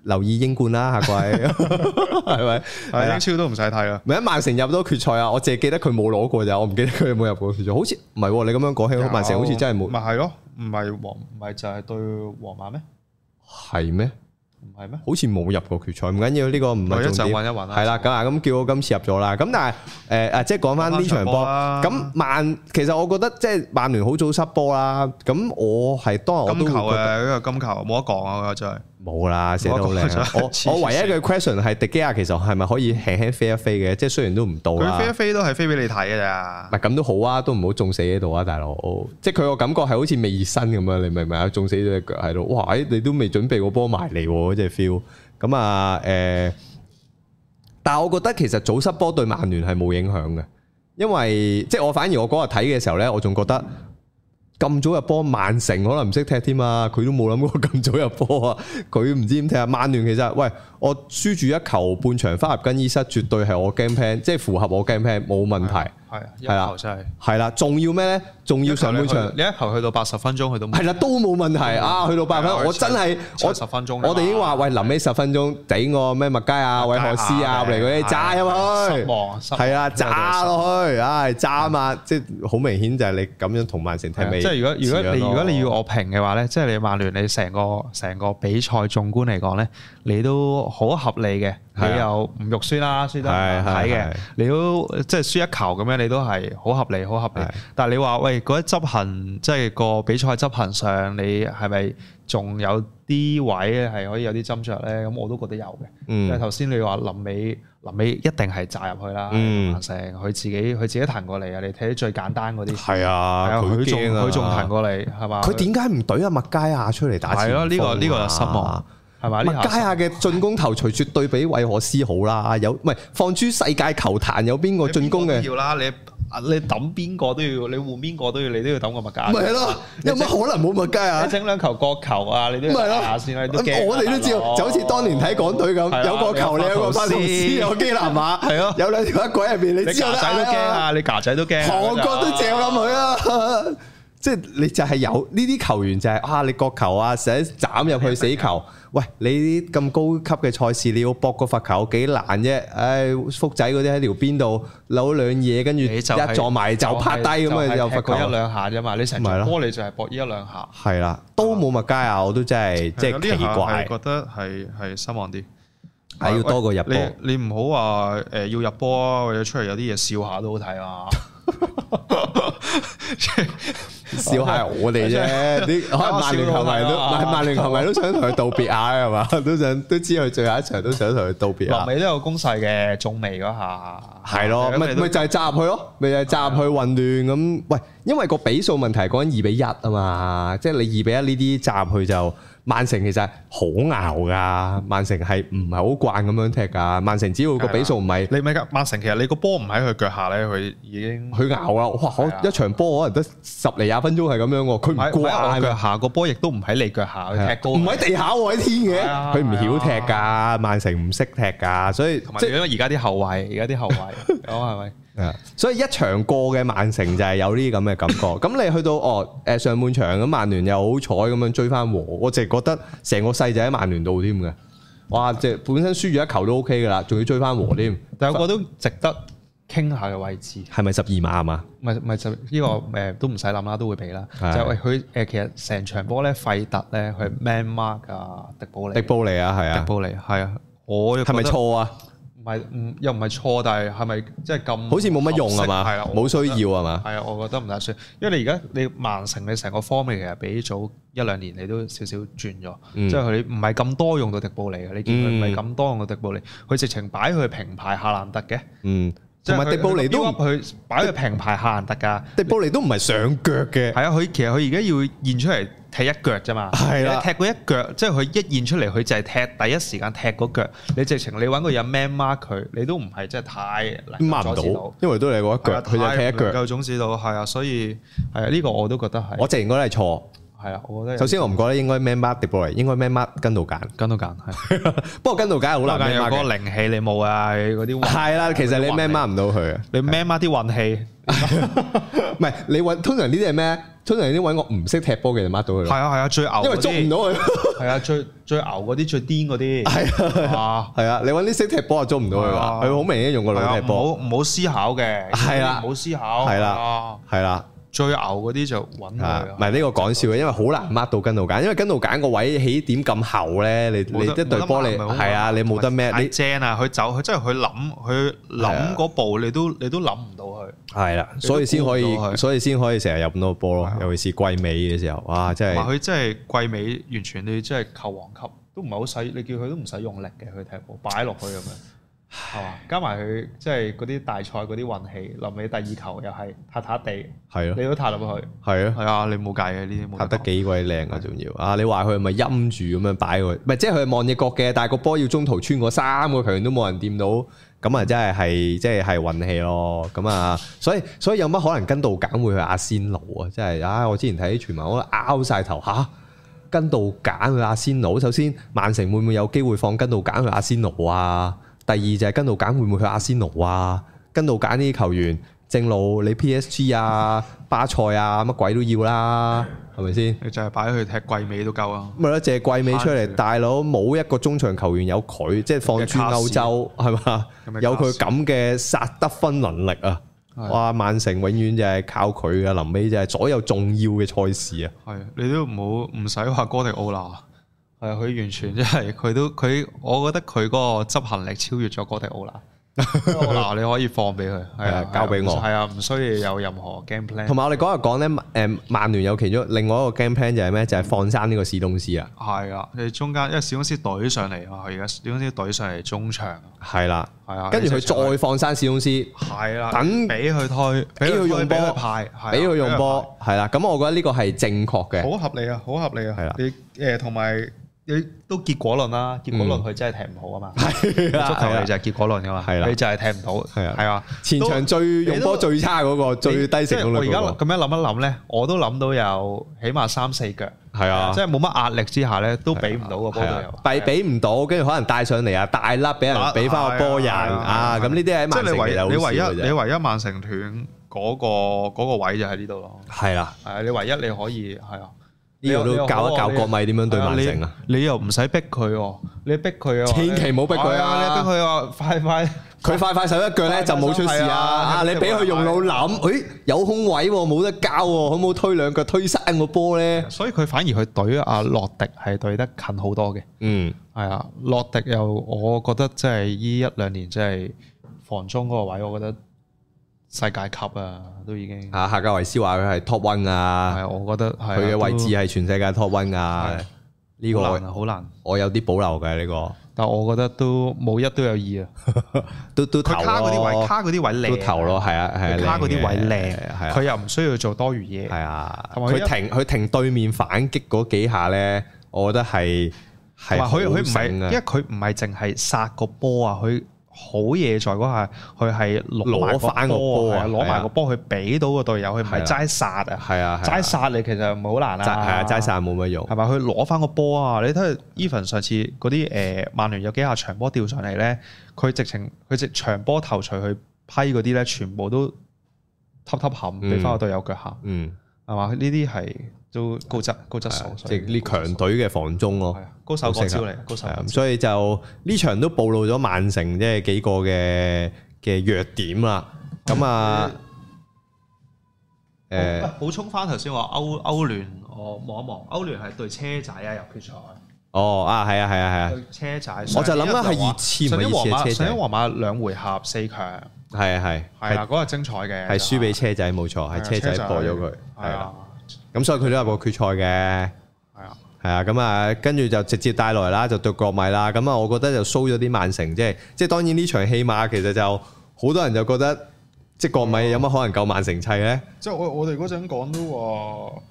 S2: 留意英冠啦，下季係咪？係
S1: 係啊
S2: 啦
S1: 英，超都唔使睇啦。
S2: 咪喺曼城入到決賽啊！我淨係記得佢冇攞過咋，我唔記得佢有冇入過決賽。好似唔係喎，你咁樣講起，曼城好似真係冇，
S1: 咪係咯？唔係皇唔係就係對皇馬咩？
S2: 係咩？
S1: 唔係咩？
S2: 好似冇入過決賽，唔緊要，呢個唔
S1: 咪一
S2: 係
S1: 陣
S2: 重點。
S1: 揾一揾啦。
S2: 係啦，咁啊，咁叫我今次入咗啦。咁但係誒誒，即係講翻呢場波。
S1: 啦
S2: 咁曼其實我覺得即係曼聯好早失波啦。咁我係當日我都
S1: 金
S2: 會
S1: 球
S2: 覺得
S1: 啊，呢個金球冇得講啊，真係。
S2: 冇啦，寫得好 靚啊。
S1: 我
S2: 我
S1: 講咗
S2: 我唯一嘅 question 係迪基亞其實係咪可以輕輕飛一飛嘅？即係雖然都唔到
S1: 佢
S2: 啦
S1: 飛一，飛都係飛俾你睇嘅咋
S2: 唔。係咁都好啊，都 唔好中死喺度啊，大佬。即係佢個感覺係好似未熱身咁樣，你明唔明啊？中死咗只腳喺度，哇！咦你都未準備個波埋嚟喎，即係 feel。咁啊，誒、但係我覺得其實早失波對曼聯係冇影響嘅，因為即係我反而我嗰日睇嘅時候咧，我仲覺得。咁早入波，曼城可能唔識踢添啊！佢都冇諗過咁早入波啊！佢唔知點踢啊！曼聯其實，喂，我輸住一球半場翻入更衣室，絕對係我 game plan，即係符合我 game plan，冇問題。
S1: 係啊，一
S2: 係啦
S1: 球真係。
S2: 係啦，仲要咩咧？仲要上半場
S1: 你一球去到八十分鐘，佢都冇
S2: 係啦，都冇問題啊！去到八分
S1: 係啊，
S2: 我真係
S1: 七
S2: 我
S1: 十分鐘啦嘛
S2: 我哋已經話喂，臨尾十分鐘頂我咩麥佳啊、韋何斯啊
S1: 係
S2: 嚟嗰啲炸入去，
S1: 失望失望嗯
S2: 係啊，
S1: 真係
S2: 炸落去，唉，炸啊嘛！即係好明顯就係你咁樣同曼城踢
S1: 係啊
S2: 尾，
S1: 即係如果如果你如果你要我評嘅話咧，即係你曼聯你成個成個比賽縱觀嚟講咧，你都好合理嘅，
S2: 係啊
S1: 你又唔肉酸啦，輸得唔難睇
S2: 係係
S1: 嘅
S2: 係，
S1: 你都即係輸一球咁樣，你都係好合理好合理
S2: 係。
S1: 但係你話喂嗰一執行即係個比賽執行上，你係咪仲有啲位係可以有啲斟酌咧？咁我都覺得有嘅。因為
S2: 嗯
S1: 頭先你話臨尾臨尾一定係炸入去啦，
S2: 嗯
S1: 曼城佢自己佢自己彈過嚟啊！你睇最簡單嗰啲。
S2: 係
S1: 係啊
S2: 啊，
S1: 佢仲
S2: 驚啊
S1: 佢仲彈過嚟係嘛？
S2: 佢點解唔懟阿麥佳亞出嚟打前鋒啊？
S1: 係咯？呢個呢個就失望係嘛？呢
S2: 麥
S1: 下
S2: 佳亞嘅進攻頭槌絕對比韋何斯好啦，有唔係放諸世界球壇有邊個進攻嘅？
S1: 要啦，你你抌邊個都要，你換邊個都要，你都要抌個麥加。
S2: 唔係咯，有乜可能冇麥佳
S1: 你
S2: 啊？
S1: 整兩球角球啊，你都
S2: 唔係
S1: 要
S2: 咯
S1: 下先啦，你都驚啊
S2: 我哋都知
S1: 大佬
S2: 道，就好似當年睇港隊
S1: 係啦啊
S2: 咁，有個球你有個巴圖斯，有基南馬，
S1: 係咯
S2: 有兩條一鬼入邊，
S1: 你
S2: 你知道
S1: 架仔
S2: 得
S1: 都驚
S2: 啊！
S1: 啊，你架仔都驚啊。
S2: 韓國
S1: 真
S2: 都
S1: 係
S2: 嚼冧佢啊！ 即係你就係有呢啲球員就係、啊，你角球啊，成日斬入去死球。喂，你啲咁高級嘅賽事，你要搏個罰球幾難啫？唉、福仔嗰啲喺條邊度扭兩嘢，跟住
S1: 你就係
S2: 一撞埋就拍低咁啊，
S1: 就
S2: 又
S1: 係踢
S2: 罰
S1: 過一
S2: 球。
S1: 兩下啫嘛，你成
S2: 咪係
S1: 場
S2: 咯
S1: 波你就係搏呢一兩下。
S2: 係啦，都冇麥佳啊！我都真係即係奇怪，
S1: 覺得係係失望啲。啊
S2: 係要多過入波。
S1: 你你唔好話誒要入波啊，或者出嚟有啲嘢笑下都好睇啊。
S2: 笑下我哋 啫，啲可能曼聯球迷都，唔係曼聯球迷都想同佢道別下嘅係嘛， 都想都知佢最後一場都想同佢道別下啊
S1: 落。尾都有攻勢嘅，中尾嗰下
S2: 係咯，
S1: 咁
S2: 咪
S1: 你都
S2: 咪就係扎入去咯，咪就係啊扎入去混亂咁。喂，因為個比數問題係講緊二比一啊嘛，即係你二比一呢啲扎入去就曼城其實係好熬噶，曼城係唔係好慣咁樣踢噶？曼城只要個比數唔係啊
S1: 你咪噶曼城，其實你個波唔喺佢腳下咧，佢已經
S2: 佢熬啦，哇！
S1: 係啊
S2: 可一場波可能得十嚟廿分鐘係咁樣喎，佢唔
S1: 喺喺我
S2: 慣㗎
S1: 腳下個波，亦都唔喺你腳下，佢踢高
S2: 唔喺地下喎，喺天
S1: 係啊
S2: 嘅，佢唔曉踢㗎，曼城唔識踢㗎，所以
S1: 同埋
S2: 即
S1: 因為而家啲後衞，而家啲後衞，咁係咪？
S2: 啊所以一場過嘅曼城就係有呢啲咁嘅感 覺。咁你去到哦誒上半場咁，曼聯又好彩咁樣追翻和，我淨係覺得成個勢就喺曼聯度添嘅。哇！即係本身輸咗一球都 OK 噶啦，仲要追翻和添，
S1: 但有個都值得傾下嘅位置，
S2: 係咪十二碼嘛？
S1: 咪咪就呢個誒都唔使諗啦，都會俾啦。就
S2: 係
S1: 係喂佢誒其實成場波咧，費特咧佢係 man mark 啊，迪布尼，
S2: 迪布尼啊，係
S1: 迪
S2: 啊，
S1: 布尼係啊，我又
S2: 係
S1: 覺
S2: 咪
S1: 得
S2: 錯啊？
S1: 唔係唔又唔係錯，但係係咪即係咁
S2: 好似冇乜用啊嘛
S1: 合適係啦，，
S2: 冇需
S1: 要。
S2: 要啊嘛。
S1: 係啊，我覺得唔太需要，因為你而家你曼城你成個 form 其實比早一兩年你都少少轉咗，
S2: 嗯
S1: 即係佢唔係咁多用到迪布尼嘅，你見佢唔係咁多用到迪布尼，佢直情擺佢平排夏蘭特嘅，
S2: 嗯，
S1: 即
S2: 同
S1: 係
S2: 埋迪布尼都唔
S1: 佢擺佢平排夏蘭特㗎，
S2: 迪布尼都唔係上腳嘅，
S1: 係啊，佢其實佢而家要現出嚟踢一腳啫嘛，
S2: 係啦
S1: 你踢嗰一腳，即係佢一現出嚟，佢就係踢第一時間踢嗰腳，你直情你揾個人 man mark 佢，你都唔係真係太能夠
S2: 掹
S1: 阻止啊
S2: 唔到，因為都係嗰一腳，佢就踢一腳。
S1: 夠種子到，係啊，所以係啊，呢個我都覺得係，
S2: 我直然覺得係錯。
S1: 係啊，我覺得
S2: 首先我唔覺得應該 man mark 迪布尼，應該 man mark 跟到揀。
S1: 跟到揀係，
S2: 不過跟到揀係好
S1: 好
S2: 難
S1: 難
S2: man
S1: 有
S2: mark
S1: 嗰
S2: 嘅。
S1: 個靈氣你冇啊，嗰啲運
S2: 係啦，其實你
S1: 有啲
S2: man
S1: 運
S2: mark 唔到佢啊。
S1: 你 man 啲運氣，
S2: 唔係你揾，通常呢啲係咩？通常呢啲揾我唔識踢波嘅就 mark 到佢
S1: 係
S2: 咯，
S1: 啊係啊，最牛
S2: 因為捉唔
S1: 到，
S2: 到佢。
S1: 係啊最最牛嗰啲最癲嗰啲，係啊
S2: 係啊，你揾啲識踢波就捉唔到佢
S1: 係
S2: 啦。
S1: 啊
S2: 佢好明顯用個
S1: 係啊，
S2: 腦踢
S1: 唔
S2: 波。
S1: 好唔好思考嘅，
S2: 係啦
S1: 唔好思考，
S2: 係啦
S1: 啊，
S2: 係啦，
S1: 最牛嗰啲就揾佢
S2: 啊，
S1: 啊
S2: 唔係呢個講笑嘅，因為好難 mark 到跟到揀，因為跟到揀個位起點咁厚咧，你你
S1: 冇得
S2: 一隊波你
S1: 冇得掹
S2: 係啊，你冇得咩？
S1: 太
S2: 你
S1: 精啊！佢走，佢真係佢諗，佢
S2: 係
S1: 諗
S2: 啊
S1: 嗰步，你都你都諗唔到佢。
S2: 係啦，
S1: 你
S2: 所以先可
S1: 都估唔到
S2: 以，
S1: 佢
S2: 所以先可以成日入咁多波咯，尤其是季尾嘅時候，哇，真
S1: 同埋
S2: 係
S1: 佢真係季尾完全你真係球王級，都唔係好使，你叫佢都唔使用力嘅，佢踢波擺落去咁樣，係嘛？加埋佢即係嗰啲大賽嗰啲運氣，臨尾第二球又係塌塌地，
S2: 係
S1: 你
S2: 咯，
S1: 都塌入去。
S2: 係咯。
S1: 係啊，你冇計嘅呢啲冇計。
S2: 拍得幾鬼靚啊！仲要啊！你話佢係咪陰住咁樣擺佢？唔係即係佢係望隻角嘅，但係個波要中途穿過三個強都冇人掂到，咁啊真係係即係係運氣咯。咁啊，所以所以有乜可能跟道揀會去阿仙奴啊？真係啊！我之前睇啲傳聞，我都拗晒頭嚇、跟道揀去阿仙奴。首先，曼城會唔會有機會放跟道揀去阿仙奴啊？第二就係跟道揀會唔會去阿仙奴啊？跟道揀呢啲球員正路，你 PSG 啊、巴塞啊，乜鬼都要啦，係咪先？
S1: 你就係擺佢踢季尾都夠啊。
S2: 咪咯，借季尾出
S1: 慳
S2: 嚟，
S1: 住
S2: 大佬冇一個中場球員有佢，即係放諸歐洲係嘛
S1: 咁嘅，
S2: 有佢
S1: class
S2: 咁嘅殺得分能力啊！
S1: 係
S2: 哇，曼城永遠就係靠佢噶，臨尾就係所有重要嘅賽事啊！
S1: 係，你都唔好唔使話哥迪奧拿，係啊佢完全即係佢都佢，我覺得佢嗰個執行力超越咗哥迪奧拿。奧 拿你可以放俾佢，係啊
S2: 係，交俾我
S1: 係啊，唔需要有任何 game plan
S2: 同。埋我哋嗰日講咧，誒曼聯有其中另外一個 game plan 就係咩？就係放生呢個史東斯啊，
S1: 係啊，你中間因為史公司隊上嚟啊，佢而家史公司隊上嚟中場，啊
S2: 係啦，
S1: 係啊，
S2: 跟住
S1: 你直情
S2: 佢再放生史東斯，
S1: 係啦，
S2: 等
S1: 俾佢推，
S2: 俾佢
S1: 推
S2: 用波
S1: 俾佢派，係啊
S2: 俾佢用波，係啦。咁我覺得呢個係正確
S1: 俾佢
S2: 嘅，
S1: 派，好合理啊，好合理啊，
S2: 係啦
S1: 你誒同埋你都結果論啦，結
S2: 嗯
S1: 果論佢真係踢唔好啊嘛，
S2: 係啦
S1: 足球你就係結果論噶嘛，
S2: 係啦
S1: 你就係踢唔到，
S2: 係啊
S1: 係啊，
S2: 前場最用波最差嗰個，最低成功率
S1: 即係我
S2: 嗰
S1: 而家
S2: 個，
S1: 咁樣諗一諗咧，我都諗到有起碼三四腳，
S2: 係啊
S1: 即。係冇乜壓力之下咧，都俾唔到個波
S2: 係
S1: 隊
S2: 啊
S1: 友，
S2: 俾俾唔到，跟住可能帶上嚟啊，大粒俾人俾翻個波人
S1: 係啊係啊係
S2: 啊，
S1: 啊
S2: 咁呢啲喺
S1: 即係
S2: 曼
S1: 你
S2: 城其實
S1: 唯
S2: 好
S1: 你唯
S2: 少嘅
S1: 一你
S2: 啫。
S1: 唯一曼城斷嗰個嗰個位就喺呢度咯，
S2: 係啦，
S1: 係啊你唯一你可以係啊，
S2: 呢個
S1: 你
S2: 都
S1: 又
S2: 教一教
S1: 你
S2: 國
S1: 又
S2: 米點樣
S1: à,
S2: 對曼城啊！
S1: 係你你又唔使逼佢喎，你逼佢啊，
S2: 千祈唔好逼佢啊
S1: 係你逼佢啊，快快
S2: 佢快快手一腳咧就冇出事啊！啊，你俾佢用腦
S1: 啊
S2: 諗，誒有空位喎，冇得交喎，可唔可以推兩腳推山個波咧？
S1: 所以佢反而佢隊阿洛迪係隊得近好多嘅。
S2: 嗯，
S1: 係啊，洛迪又我覺得即係依一兩年即係防中嗰個位，我覺得世界級啊，都已經係
S2: 啊，夏格維斯話佢係 top one 啊，
S1: 啊我覺得係啊
S2: 佢嘅位置
S1: 都
S2: 係全世界 top one 啊
S1: 係，
S2: 呢個
S1: 好
S2: 我
S1: 難啊好難，
S2: 我有啲保留嘅呢個，
S1: 但我覺得都冇一都有二啊。
S2: 都都投
S1: 佢卡嗰啲位，
S2: 咯，
S1: 卡嗰啲位
S2: 都
S1: 靚，
S2: 投咯，係啊係啊，
S1: 佢卡嗰啲
S2: 嘅
S1: 位
S2: 係啊係
S1: 靚，
S2: 啊
S1: 佢又唔需要做多餘嘢。
S2: 係啊，
S1: 同埋佢一
S2: 佢停佢停對面反擊嗰幾下咧，我覺得係係
S1: 同埋佢佢唔
S2: 好
S1: 係，
S2: 醒啊
S1: 因為佢唔係淨係殺個波啊，佢好嘢在嗰下，佢係攞
S2: 攞返
S1: 翻
S2: 個
S1: 個
S2: 波
S1: 波啊，
S2: 啊
S1: 係啊攞埋個波，佢俾到個隊友，佢唔
S2: 係啊
S1: 係齋殺啊，
S2: 係啊，係啊
S1: 齋殺你其實唔係好難啊，
S2: 齋係啊齋散冇乜用，
S1: 係咪？佢攞翻個波啊！你睇下 Even 上次嗰啲誒曼聯有幾下長波吊上嚟咧，佢直情佢直長波頭槌去批嗰啲咧，全部都揼揼冚，俾翻個隊友腳行，
S2: 嗯，
S1: 係嘛？呢啲係都高質高質
S2: 係啊
S1: 素，
S2: 即係呢強隊嘅防中咯
S1: 係。啊高手過招嚟，高手
S2: 係
S1: 過
S2: 啊
S1: 招。
S2: 所以就呢場都暴露咗曼城即係幾個嘅嘅弱點啦。咁啊，
S1: 喂
S2: 誒，
S1: 補充翻頭先話歐歐聯，我望一望，歐聯係對車仔啊入決賽，
S2: 哦啊，係啊，係啊，係啊，
S1: 對車仔。
S2: 我就諗啦係熱
S1: 上
S2: 刺唔
S1: 年
S2: 係
S1: 皇馬
S2: 熱刺嘅車
S1: 上
S2: 仔
S1: 年，皇馬兩回合四強，
S2: 係啊
S1: 係
S2: 係，
S1: 啦，嗰個精彩嘅，
S2: 係係
S1: 就
S2: 輸俾車仔冇錯，
S1: 係啊
S2: 係車仔破咗佢，係
S1: 係
S2: 啦。
S1: 啊，
S2: 咁所以佢都入過決賽嘅。
S1: 係啊。
S2: 係啊，咁啊，跟住就直接帶來啦，就對國米啦。咁啊，我覺得就 show 咗啲曼城，即係即係當然呢場戲碼其實就好多人就覺得，即係國米有乜可能夠曼城砌呢？
S1: 即係我我哋嗰陣講都話，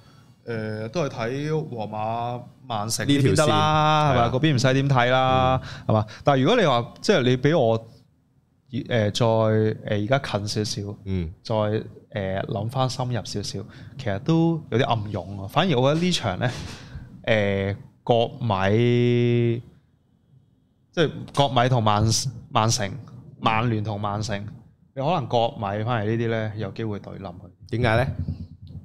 S1: 誒、都係睇皇馬、曼城
S2: 呢條
S1: 邊得啦，
S2: 線
S1: 係
S2: 係
S1: 咪
S2: 啊嗯
S1: 嗰邊唔使點睇啦，係嘛、但係如果你話即係你俾我誒、再誒而家近少少，
S2: 嗯，
S1: 再誒諗翻深入少少，其實都有啲暗湧啊。反而我覺得呢呃場咧，誒、國米即係國米同曼曼城、曼聯同曼城，你可能國米翻嚟呢啲咧有機會對冧佢。
S2: 點解呢？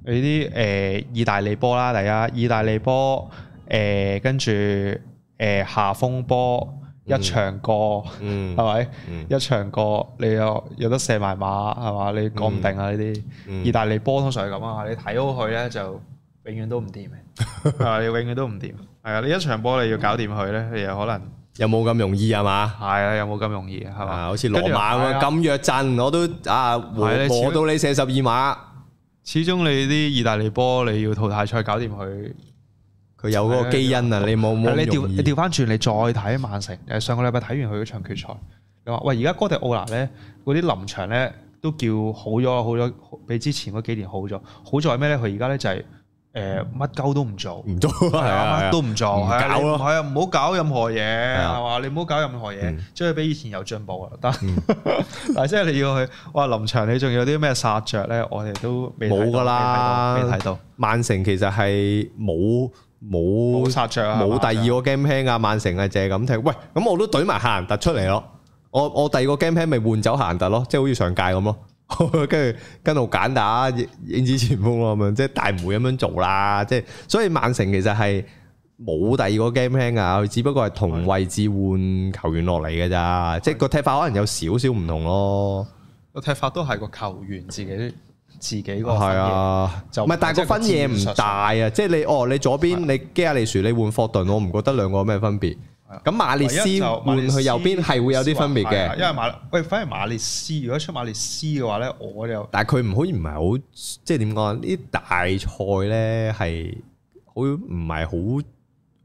S1: 你啲誒意大利波啦，第一意大利波誒，跟住誒下風波一場過，
S2: 嗯
S1: 係咪、
S2: 嗯
S1: 一場過你又有得射埋馬係嘛？你講唔定啊呢啲。
S2: 嗯
S1: 意大利波通常係咁啊，你睇好佢咧就永遠都唔掂嘅， 係嘛？你永遠都唔掂。係啊，你一場波你要搞掂佢咧，你又可能
S2: 有冇咁容易係嘛？
S1: 係啊，有冇咁容易啊係嘛？
S2: 啊，好似羅馬咁
S1: 跟住係啊
S2: 樣咁弱陣，我都啊
S1: 係
S2: 和
S1: 你
S2: 和
S1: 始
S2: 到你射十二碼，
S1: 始終你啲意大利波你要淘汰賽搞掂佢。
S2: 佢有嗰個基因啊，你冇冇
S1: 你
S2: 咁
S1: 調
S2: 容
S1: 你
S2: 易
S1: 調翻轉，你再睇曼城誒上個禮拜睇完佢嗰場決賽，你話喂而家哥迪奧拿咧嗰啲臨場咧都叫好咗好咗，比之前嗰幾年好咗。好在咩咧？佢而家咧就係誒乜鳩都唔做，
S2: 唔做係啊，係啊
S1: 乜都唔做，
S2: 唔
S1: 係啊
S2: 搞
S1: 你唔
S2: 咯
S1: 係啊，唔好搞任何嘢
S2: 啊
S1: 係嘛？你唔好搞任何嘢
S2: 嗯，
S1: 將佢比以前有進步啊！但 但係即係你要去哇臨場，你仲有啲咩殺着咧？我哋都未睇到
S2: 冇㗎啦
S1: 未睇到
S2: 曼城其實係冇冇
S1: 冇殺着啊
S2: 冇
S1: 係嘛
S2: 第二個 game plan 啊！曼城係就係咁踢，喂咁我都懟埋夏蘭特出嚟咯。我我第二個 game plan 咪換走夏蘭特咯，即係好似上屆咁咯。 跟住跟路簡打影子前鋒咯咁樣，即係大梅咁樣做啦。即係所以曼城其實係冇第二個 game plan 啊，佢只不過係同位置換球員落嚟嘅咋，即係個踢法可能有少少唔同咯。
S1: 個踢法都係個球員自己自己個分
S2: 係
S1: 野
S2: 啊，
S1: 就
S2: 唔係，但係個分野唔大啊！即係你哦，你左邊你基亞利樹，你換霍頓，我唔覺得兩個有咩分別
S1: 係啊。
S2: 咁馬列斯
S1: 唯一就馬
S2: 換
S1: 列斯
S2: 去右邊係會有啲分別
S1: 係啊因
S2: 嘅，
S1: 為馬喂，反而馬列斯如果出馬列斯嘅話咧，我就
S2: 但係佢唔可以唔係好，即係點講啊？呢啲大賽咧係好唔係好，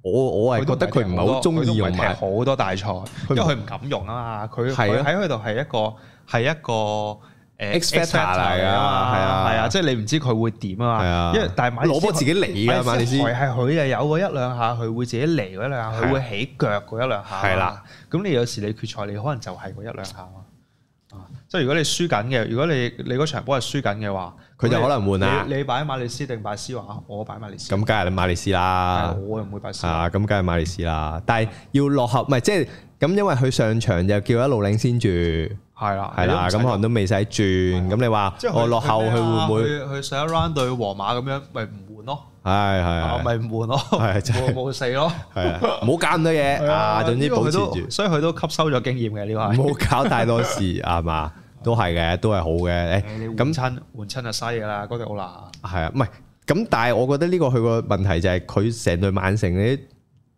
S2: 我我係覺得佢唔係好中意用
S1: 佢都唔係
S2: 埋
S1: 踢好多大賽，因為佢唔敢用啊嘛。佢
S2: 係
S1: 佢
S2: 啊
S1: 喺佢度係一個係一個。誒
S2: X
S1: 嘛
S2: factor 嚟㗎係啊
S1: 係啊，即係你唔知佢會點啊
S2: 係
S1: 嘛
S2: 啊，，
S1: 因為但係馬列斯
S2: 攞波自己嚟㗎馬列斯，
S1: 係係佢又有嗰一兩下，佢會自己嚟嗰一兩下，
S2: 係啊
S1: 佢會起腳嗰一兩下。
S2: 係啦，
S1: 咁你有時你決賽你可能就係嗰一兩下嘛。啊，即係如果你輸緊嘅，如果你你嗰場波係輸緊嘅話，
S2: 佢
S1: 咁
S2: 就
S1: 你
S2: 可能換啦
S1: 你你擺馬列斯定擺斯華？我擺馬列斯。
S2: 咁梗係馬列斯啦
S1: 但係。我又唔會擺斯華。
S2: 啊，咁梗係馬列斯啦，但係要落後，唔係即係咁，因為佢上場就叫一路領先住。
S1: 係啦，
S2: 係啦，
S1: 你
S2: 咁
S1: 都唔
S2: 可
S1: 使
S2: 能都未使轉，咁你話
S1: 即係佢啊
S2: 我落後佢會唔會？
S1: 佢佢上一 round 對皇馬咁樣，咪唔換咯，
S2: 係
S1: 啊
S2: 係係
S1: 咪唔換咯，
S2: 係真係
S1: 冇冇死咯。
S2: 係 啊，唔好搞咁多 嘢啊！總之
S1: 因為
S2: 保
S1: 佢
S2: 持
S1: 都
S2: 住，
S1: 所以佢都吸收咗經驗嘅呢個係。
S2: 唔好搞太 多事係嘛，都係嘅，都係好嘅。
S1: 啊你
S2: 誒，
S1: 咁
S2: 咁
S1: 親換親就犀㗎啦，嗰迪奧拿。
S2: 係啊，唔係咁，但係我覺得呢個佢個問題就係佢成隊曼城你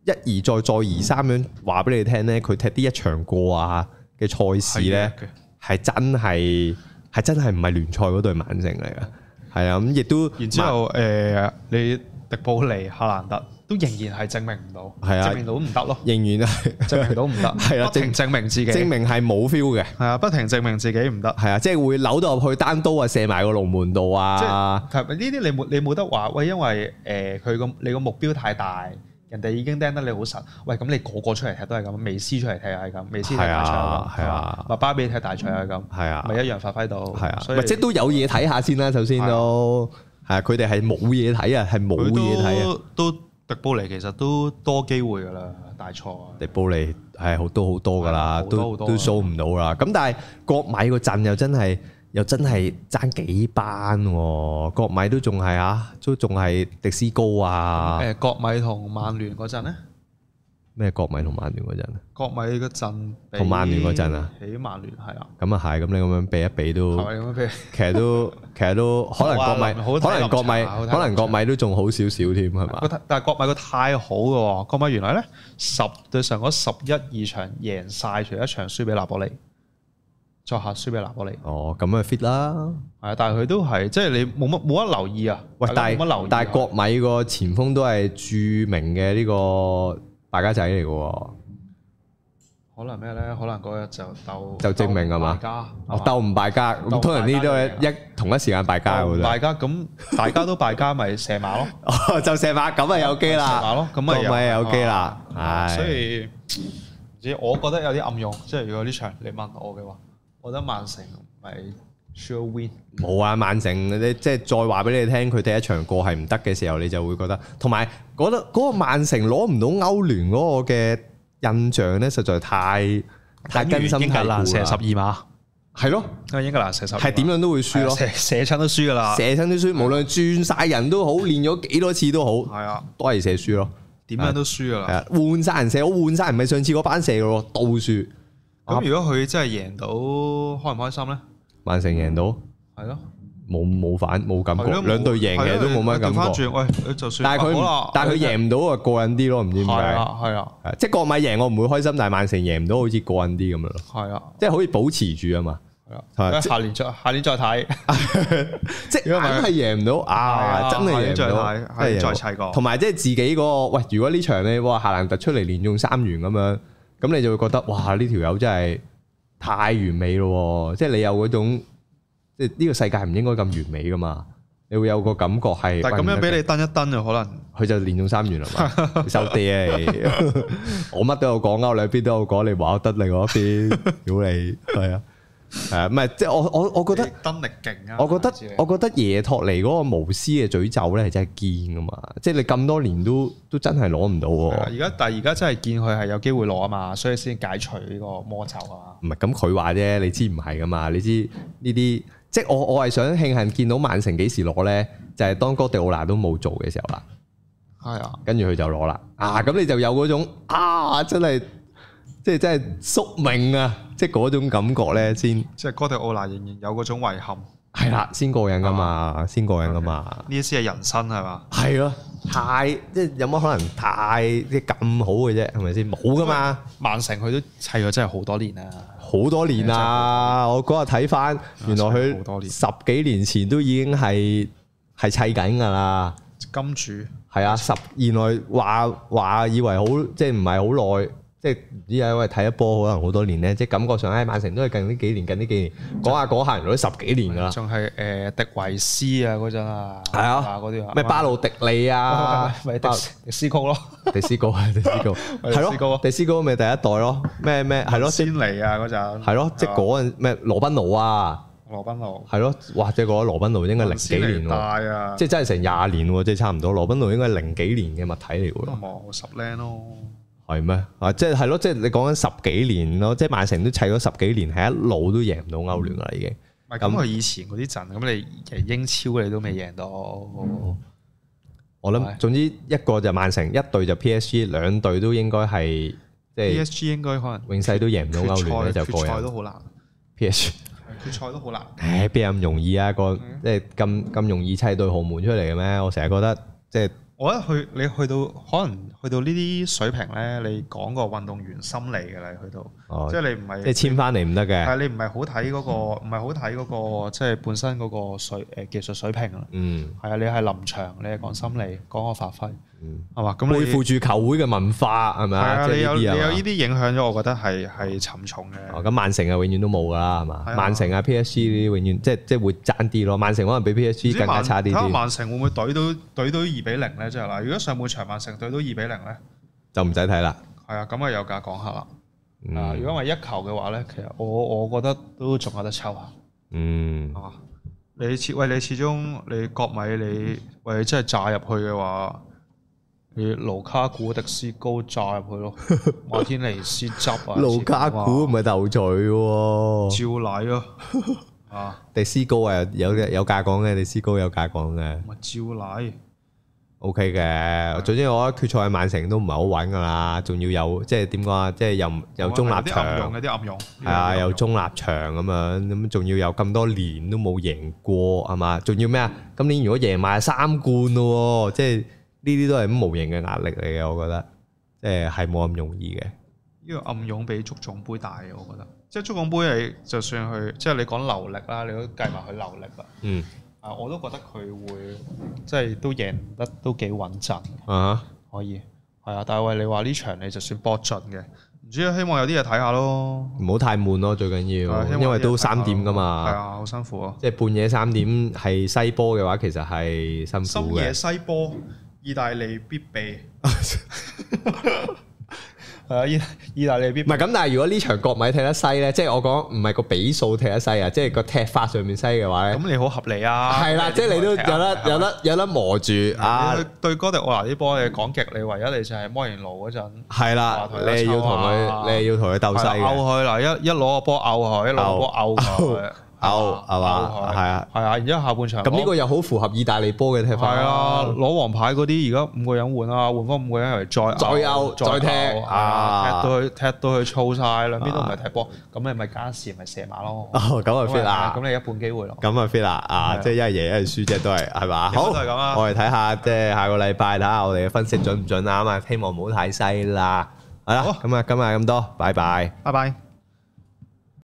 S2: 一而再再而三咁樣話俾你聽咧，佢踢啲一場過啊嘅賽事咧。
S1: 係嘅啊
S2: 係真係係真係唔係聯賽嗰隊曼城嚟嘅，係啊咁亦都
S1: 然之後誒，你迪布尼、夏蘭特都仍然係證明唔到，
S2: 係啊
S1: 證明到唔得咯，
S2: 仍然係
S1: 證 明到唔 得，
S2: 係啊
S1: 不停證明自己，
S2: 證明係冇 feel 嘅，
S1: 係啊，不停證明自己唔得。
S2: 係啊，即係會扭到入去單刀啊，射埋個龍門度
S1: 即
S2: 啊，
S1: 係咪呢啲你冇你冇得話喂，因為誒佢個你個目標太大，人哋已經釘得你好實。喂，咁你個個出嚟踢都係咁，美斯出嚟踢又係咁，美斯踢大賽又係咁
S2: 係啊係啊
S1: 麥巴比踢大賽又係咁，
S2: 係啊
S1: 咪一樣發揮到。
S2: 係啊，
S1: 所以
S2: 咪即係都有嘢睇下先啦，首先都係啊，佢哋係冇嘢睇啊，係冇嘢睇啊，
S1: 啊，都迪布尼其實都多機會㗎啦，大賽啊
S2: 迪布尼係好多好多噶啦，
S1: 好多
S2: 都
S1: 好多
S2: 都 show 唔到啦。咁但係國米個陣又真係又真係爭幾班喎，國米都仲係啊，都仲係迪斯高啊，
S1: 誒國米同曼聯嗰陣咧，
S2: 咩國米同曼聯嗰陣，
S1: 國米嗰陣比
S2: 同曼聯嗰陣啊，
S1: 比曼聯係啊，
S2: 咁啊係，咁你咁樣比一比
S1: 係
S2: 都
S1: 咪。咁樣譬如
S2: 其實都其實都可能 國
S1: 好
S2: 米，
S1: 啊
S2: 可能國
S1: 好睇立
S2: 米
S1: 場好睇立，場
S2: 可能國米都仲好少少添，係嘛？
S1: 個太但係國米個太好嘅喎，國米原來咧十對上嗰十一二場贏晒，除一場輸俾拿波利，作客輸俾拿波利。
S2: 哦，咁啊 fit 啦。
S1: 係啊，但係佢都係即係你冇乜冇乜留意啊。
S2: 喂，
S1: 大
S2: 但
S1: 家冇乜留
S2: 係
S1: 意
S2: 但係國米個前鋒都係著名嘅呢個敗家仔嚟嘅
S1: 啊
S2: 喎，
S1: 可能咩咧？可能嗰日就鬥
S2: 就證明係嘛
S1: 大家
S2: 我哦鬥唔敗家，
S1: 鬥
S2: 咁
S1: 唔
S2: 通常呢啲都
S1: 敗家
S2: 係一同一時間敗家
S1: 鬥
S2: 嘅
S1: 唔
S2: 啫。
S1: 大家咁，大家都敗家咪射馬咯，
S2: 哦，就射馬 咁啊有機
S1: 射
S2: 啦，
S1: 馬咯， 咁咪
S2: 國米有機啦，
S1: 啊
S2: 係。
S1: 所以唔知我覺得有啲暗用，即係如果呢場你問我嘅話，我覺得曼城咪 sure win。
S2: 冇啊，曼城你即係再話俾你聽，佢第一場過係唔得嘅時候，你就會覺得，同埋覺得嗰個曼城攞唔到歐聯嗰個嘅印象咧，實在太太根深蒂固啦。
S1: 碼，
S2: 係咯，
S1: 因為英格蘭射十二碼
S2: 係點樣都會輸咯，
S1: 射射親都輸噶啦，
S2: 射親啲輸，無論轉晒人都好，練咗幾多次都好，
S1: 係啊，
S2: 都係射輸咯。
S1: 點樣都輸噶
S2: 係
S1: 啦。
S2: 啊，換晒人射，我換晒人，唔係上次嗰班射嘅喎，倒輸。
S1: 咁如果佢真係贏到，開唔開心咧？
S2: 曼城贏到，
S1: 係咯，
S2: 冇冇反冇感
S1: 係
S2: 覺，
S1: 咯
S2: 兩隊贏
S1: 係
S2: 嘅
S1: 咯
S2: 都冇乜
S1: 調翻
S2: 感覺。
S1: 轉，喂，就算
S2: 但係
S1: 好
S2: 佢
S1: 啦
S2: 唔但係佢贏唔到啊，過癮啲咯，唔知點
S1: 係
S2: 解。
S1: 啊，係啊，
S2: 係即係國米贏我唔會開心，但係曼城贏唔到，好似過癮啲咁樣咯，
S1: 係啊，
S2: 即係好似保持住啊嘛，
S1: 係啊，
S2: 係
S1: 因為下年再下年再睇，
S2: 即係
S1: 如果唔係
S2: 硬係贏唔到
S1: 係
S2: 啊，
S1: 啊
S2: 真係
S1: 下
S2: 贏唔
S1: 年再睇
S2: 到，真係贏唔到
S1: 下年再砌過
S2: 同埋即係自己嗰個喂，如果呢場咧，哇夏蘭特出嚟連中三元咁樣，咁你就會覺得哇呢條友真係太完美咯喎，即係你有嗰種即係呢個世界唔應該咁完美噶嘛，你會有個感覺係，
S1: 但係咁樣俾
S2: 你
S1: 你蹬一蹬就可能
S2: 佢就連中三元啦 嘛，你收爹啊你！ 我乜都有講啊，我兩邊都有講，你話我得另外一邊，屌你係啊，係啊，唔係即係我我我覺得
S1: 你。蹬力勁啊，
S2: 我覺得
S1: 知你
S2: 我覺得耶托尼嗰個無私嘅詛咒咧係真係堅噶嘛，即係你咁多年都都真係攞唔到
S1: 係啊
S2: 喎。
S1: 而家但係而家真係見佢係有機會攞啊嘛，所以先解除呢個魔咒啊嘛。
S2: 唔係咁佢話啫，你知唔係噶嘛？你知呢啲即係我我係想慶幸見到曼城幾時攞咧，就係、當哥迪奧拿都冇做嘅時候啦，
S1: 係啊，
S2: 跟住佢就攞啦。啊，咁你就有嗰種啊，真係即係真係宿命啊，即係嗰種感覺咧先
S1: 即係哥迪奧拿仍然有嗰種遺憾，呢
S2: 係啦，先過癮噶
S1: 啊
S2: 嘛，先過癮噶嘛。
S1: 啲先係人生係嘛？
S2: 係咯，太即係有乜可能太即係咁好嘅啫，係咪先？冇噶嘛，
S1: 曼城佢都砌咗真係好多年啊啦，
S2: 好多年啦。
S1: 啊
S2: 我嗰日睇翻，原來
S1: 真係好多
S2: 佢
S1: 年
S2: 十幾年前都已經係係砌緊㗎啦。
S1: 金主
S2: 係啊，十原來話話以為好即係唔係好耐，即係唔知啊，因為睇一波可能好多年咧，即係感覺上喺曼城都係近呢幾年，近呢幾年講下講下，原來都十幾年㗎啦。
S1: 仲係誒迪維斯啊嗰陣啊，
S2: 啊係啊
S1: 嗰啲啊
S2: 咩巴魯迪利啊，
S1: 咪迪
S2: 巴
S1: 迪斯曲咯，
S2: 迪斯高啊，迪斯高，
S1: 迪
S2: 係
S1: 斯高
S2: 咯
S1: 啊，
S2: 迪斯高咪第一代咯，咩咩係咯，即
S1: 先嚟啊嗰陣，
S2: 係咯，即係嗰陣咩羅賓奴啊，
S1: 羅賓路，
S2: 係咯，哇！即係嗰個羅賓奴應該零幾
S1: 先
S2: 年
S1: 嚟大
S2: 喎，
S1: 啊，
S2: 即係真係成廿年喎，即係差唔多。羅賓奴應該係零幾年嘅物體嚟
S1: 都
S2: 喎，
S1: 冇十靚咯，
S2: 係咩？啊，即係係咯，即係你講緊十幾年咯，即係曼城都砌咗十幾年，係一路都贏唔到歐聯噶啦，已經
S1: 唔係
S2: 咁
S1: 咁佢以前嗰啲陣，咁你贏英超你都未贏到，
S2: 嗯我諗
S1: 係
S2: 總之一個就曼城，一隊就 PSG，兩隊都應該係即
S1: p
S2: 係
S1: S G 應該可能
S2: 永世都贏唔到歐聯
S1: 決賽
S2: 咧，就過
S1: 決賽都
S2: 癮。
S1: 好難，
S2: PSG。
S1: 決賽都好難，
S2: 唉，邊有咁容易啊？
S1: 嗯
S2: 個即係咁咁容易砌對豪門出嚟嘅咩？我成日覺得即係
S1: 我覺得去你去到可能去到呢啲水平咧，你講個運動員心理嘅啦，去到
S2: 哦
S1: 即，係你唔係
S2: 即係簽翻嚟唔得嘅。
S1: 但係你唔係好睇嗰個，唔係好睇嗰個，即係本身嗰個水誒技術水平啦。
S2: 嗯，
S1: 係啊，你係臨場，你係講心理，講個發揮，
S2: 嗯
S1: 係嘛？咁
S2: 背
S1: 你
S2: 負住球會嘅文化係咪
S1: 係
S2: 啊？
S1: 啊，
S2: 即
S1: 你
S2: 係
S1: 有你
S2: 呢
S1: 有呢
S2: 啲啊。
S1: 啲影響咗，我覺得係係沉重
S2: 哦，
S1: 嘅。
S2: 咁曼城啊，永遠都冇㗎啦，係嘛
S1: 係？啊
S2: 曼城啊，PSG 呢啲永遠即係即係會爭啲咯。曼城可能比 PSG 更加
S1: 曼
S2: 差啲
S1: 睇下
S2: 啲，
S1: 曼城會唔會隊到隊到二比零咧？即係嗱，如果上半場曼城隊到二比零咧，
S2: 就唔使睇啦。
S1: 係啊，咁啊有價講下啦。啊，如
S2: 嗯
S1: 果咪一球嘅話咧，其實我我覺得都仲有得抽啊下。
S2: 嗯，
S1: 啊！你始喂你始終你國米你喂你真係炸入去嘅話，如盧卡古、迪斯高炸入去 咯，馬天尼斯執啊，
S2: 盧家股唔係鬥嘴喎，
S1: 照例咯，啊，
S2: 迪斯高啊有有價講嘅，迪斯高有價講嘅
S1: 咪啊照例，
S2: ，OK 嘅。總之我覺得決賽曼城都唔係好穩噶啦，仲要有即係點講啊，即係又唔有中立
S1: 有啲暗
S2: 場
S1: 湧，。有啲暗湧，
S2: 系啊，有中立場咁樣，咁仲要有咁多年都冇贏過，係嘛？仲要咩啊？今年如果贏埋三冠咯喎，即係呢啲都係咁無形嘅壓力嚟嘅，我覺得，即係係冇咁容易嘅。
S1: 呢個暗湧比足總杯大嘅，我覺得。即係足總杯係就算佢，即係你講流力啦，你都計埋佢流力啦。
S2: 嗯，
S1: 啊，我都覺得佢會即係都贏得都幾穩陣，
S2: 啊哈，
S1: 可以係啊。但係喂，你話呢場你就算搏盡嘅，唔知希望有啲嘢睇下咯。
S2: 唔好太悶咯，最緊
S1: 係啊希
S2: 要，
S1: 望
S2: 因為
S1: 有啲嘢
S2: 都
S1: 睇下
S2: 三點噶
S1: 係
S2: 嘛，
S1: 啊，好辛苦啊。
S2: 即係半夜三點係西波嘅話，其實係辛
S1: 深
S2: 苦
S1: 夜
S2: 嘅。
S1: 西波，意大利必 備。係啊，意意大利必
S2: 唔係咁，但係如果呢場國米踢得西咧，即係我講唔係個比數踢得西啊，即係個踢法上面西嘅話咧。
S1: 咁你好合理啊。
S2: 係啦，即係你都有得有得有得磨住啊！
S1: 你對哥迪奧拿啲波，你講極，你唯一你就係摩連奴嗰陣。話
S2: 係啦，
S1: 同
S2: 你
S1: 佢
S2: 係要
S1: 抽
S2: 同
S1: 啊
S2: 佢，你係要同佢鬥西
S1: 係啦
S2: 嘅，
S1: 佢嗱，一一攞個波拗佢，一攞個波拗佢，
S2: 拗係嘛？係
S1: 係
S2: 啊，
S1: 係啊，然之後下半場
S2: 咁呢個又好符合意大利波嘅踢
S1: 係
S2: 法
S1: 啊，，攞黃牌嗰啲而家五個人換啊，換翻五個人嚟再
S2: 再拗再踢啊
S1: 踢到佢踢到佢燥晒，兩邊都唔係踢波，咁你咪加時咪射馬 咯。
S2: 哦咁啊 fit 啦
S1: 咁，你一半機會咯。
S2: 咁啊 fit 啦啊！
S1: 係啊
S2: 即係一係贏一係輸啫，都係係嘛？
S1: 其實
S2: 好，
S1: 都係咁啊
S2: 我哋睇下即係下個禮拜睇下我哋嘅分析啊準唔準啊嘛，希望唔好太西啦。係啦，
S1: 好
S2: 咁啊，今日咁多，拜拜。
S1: 拜拜。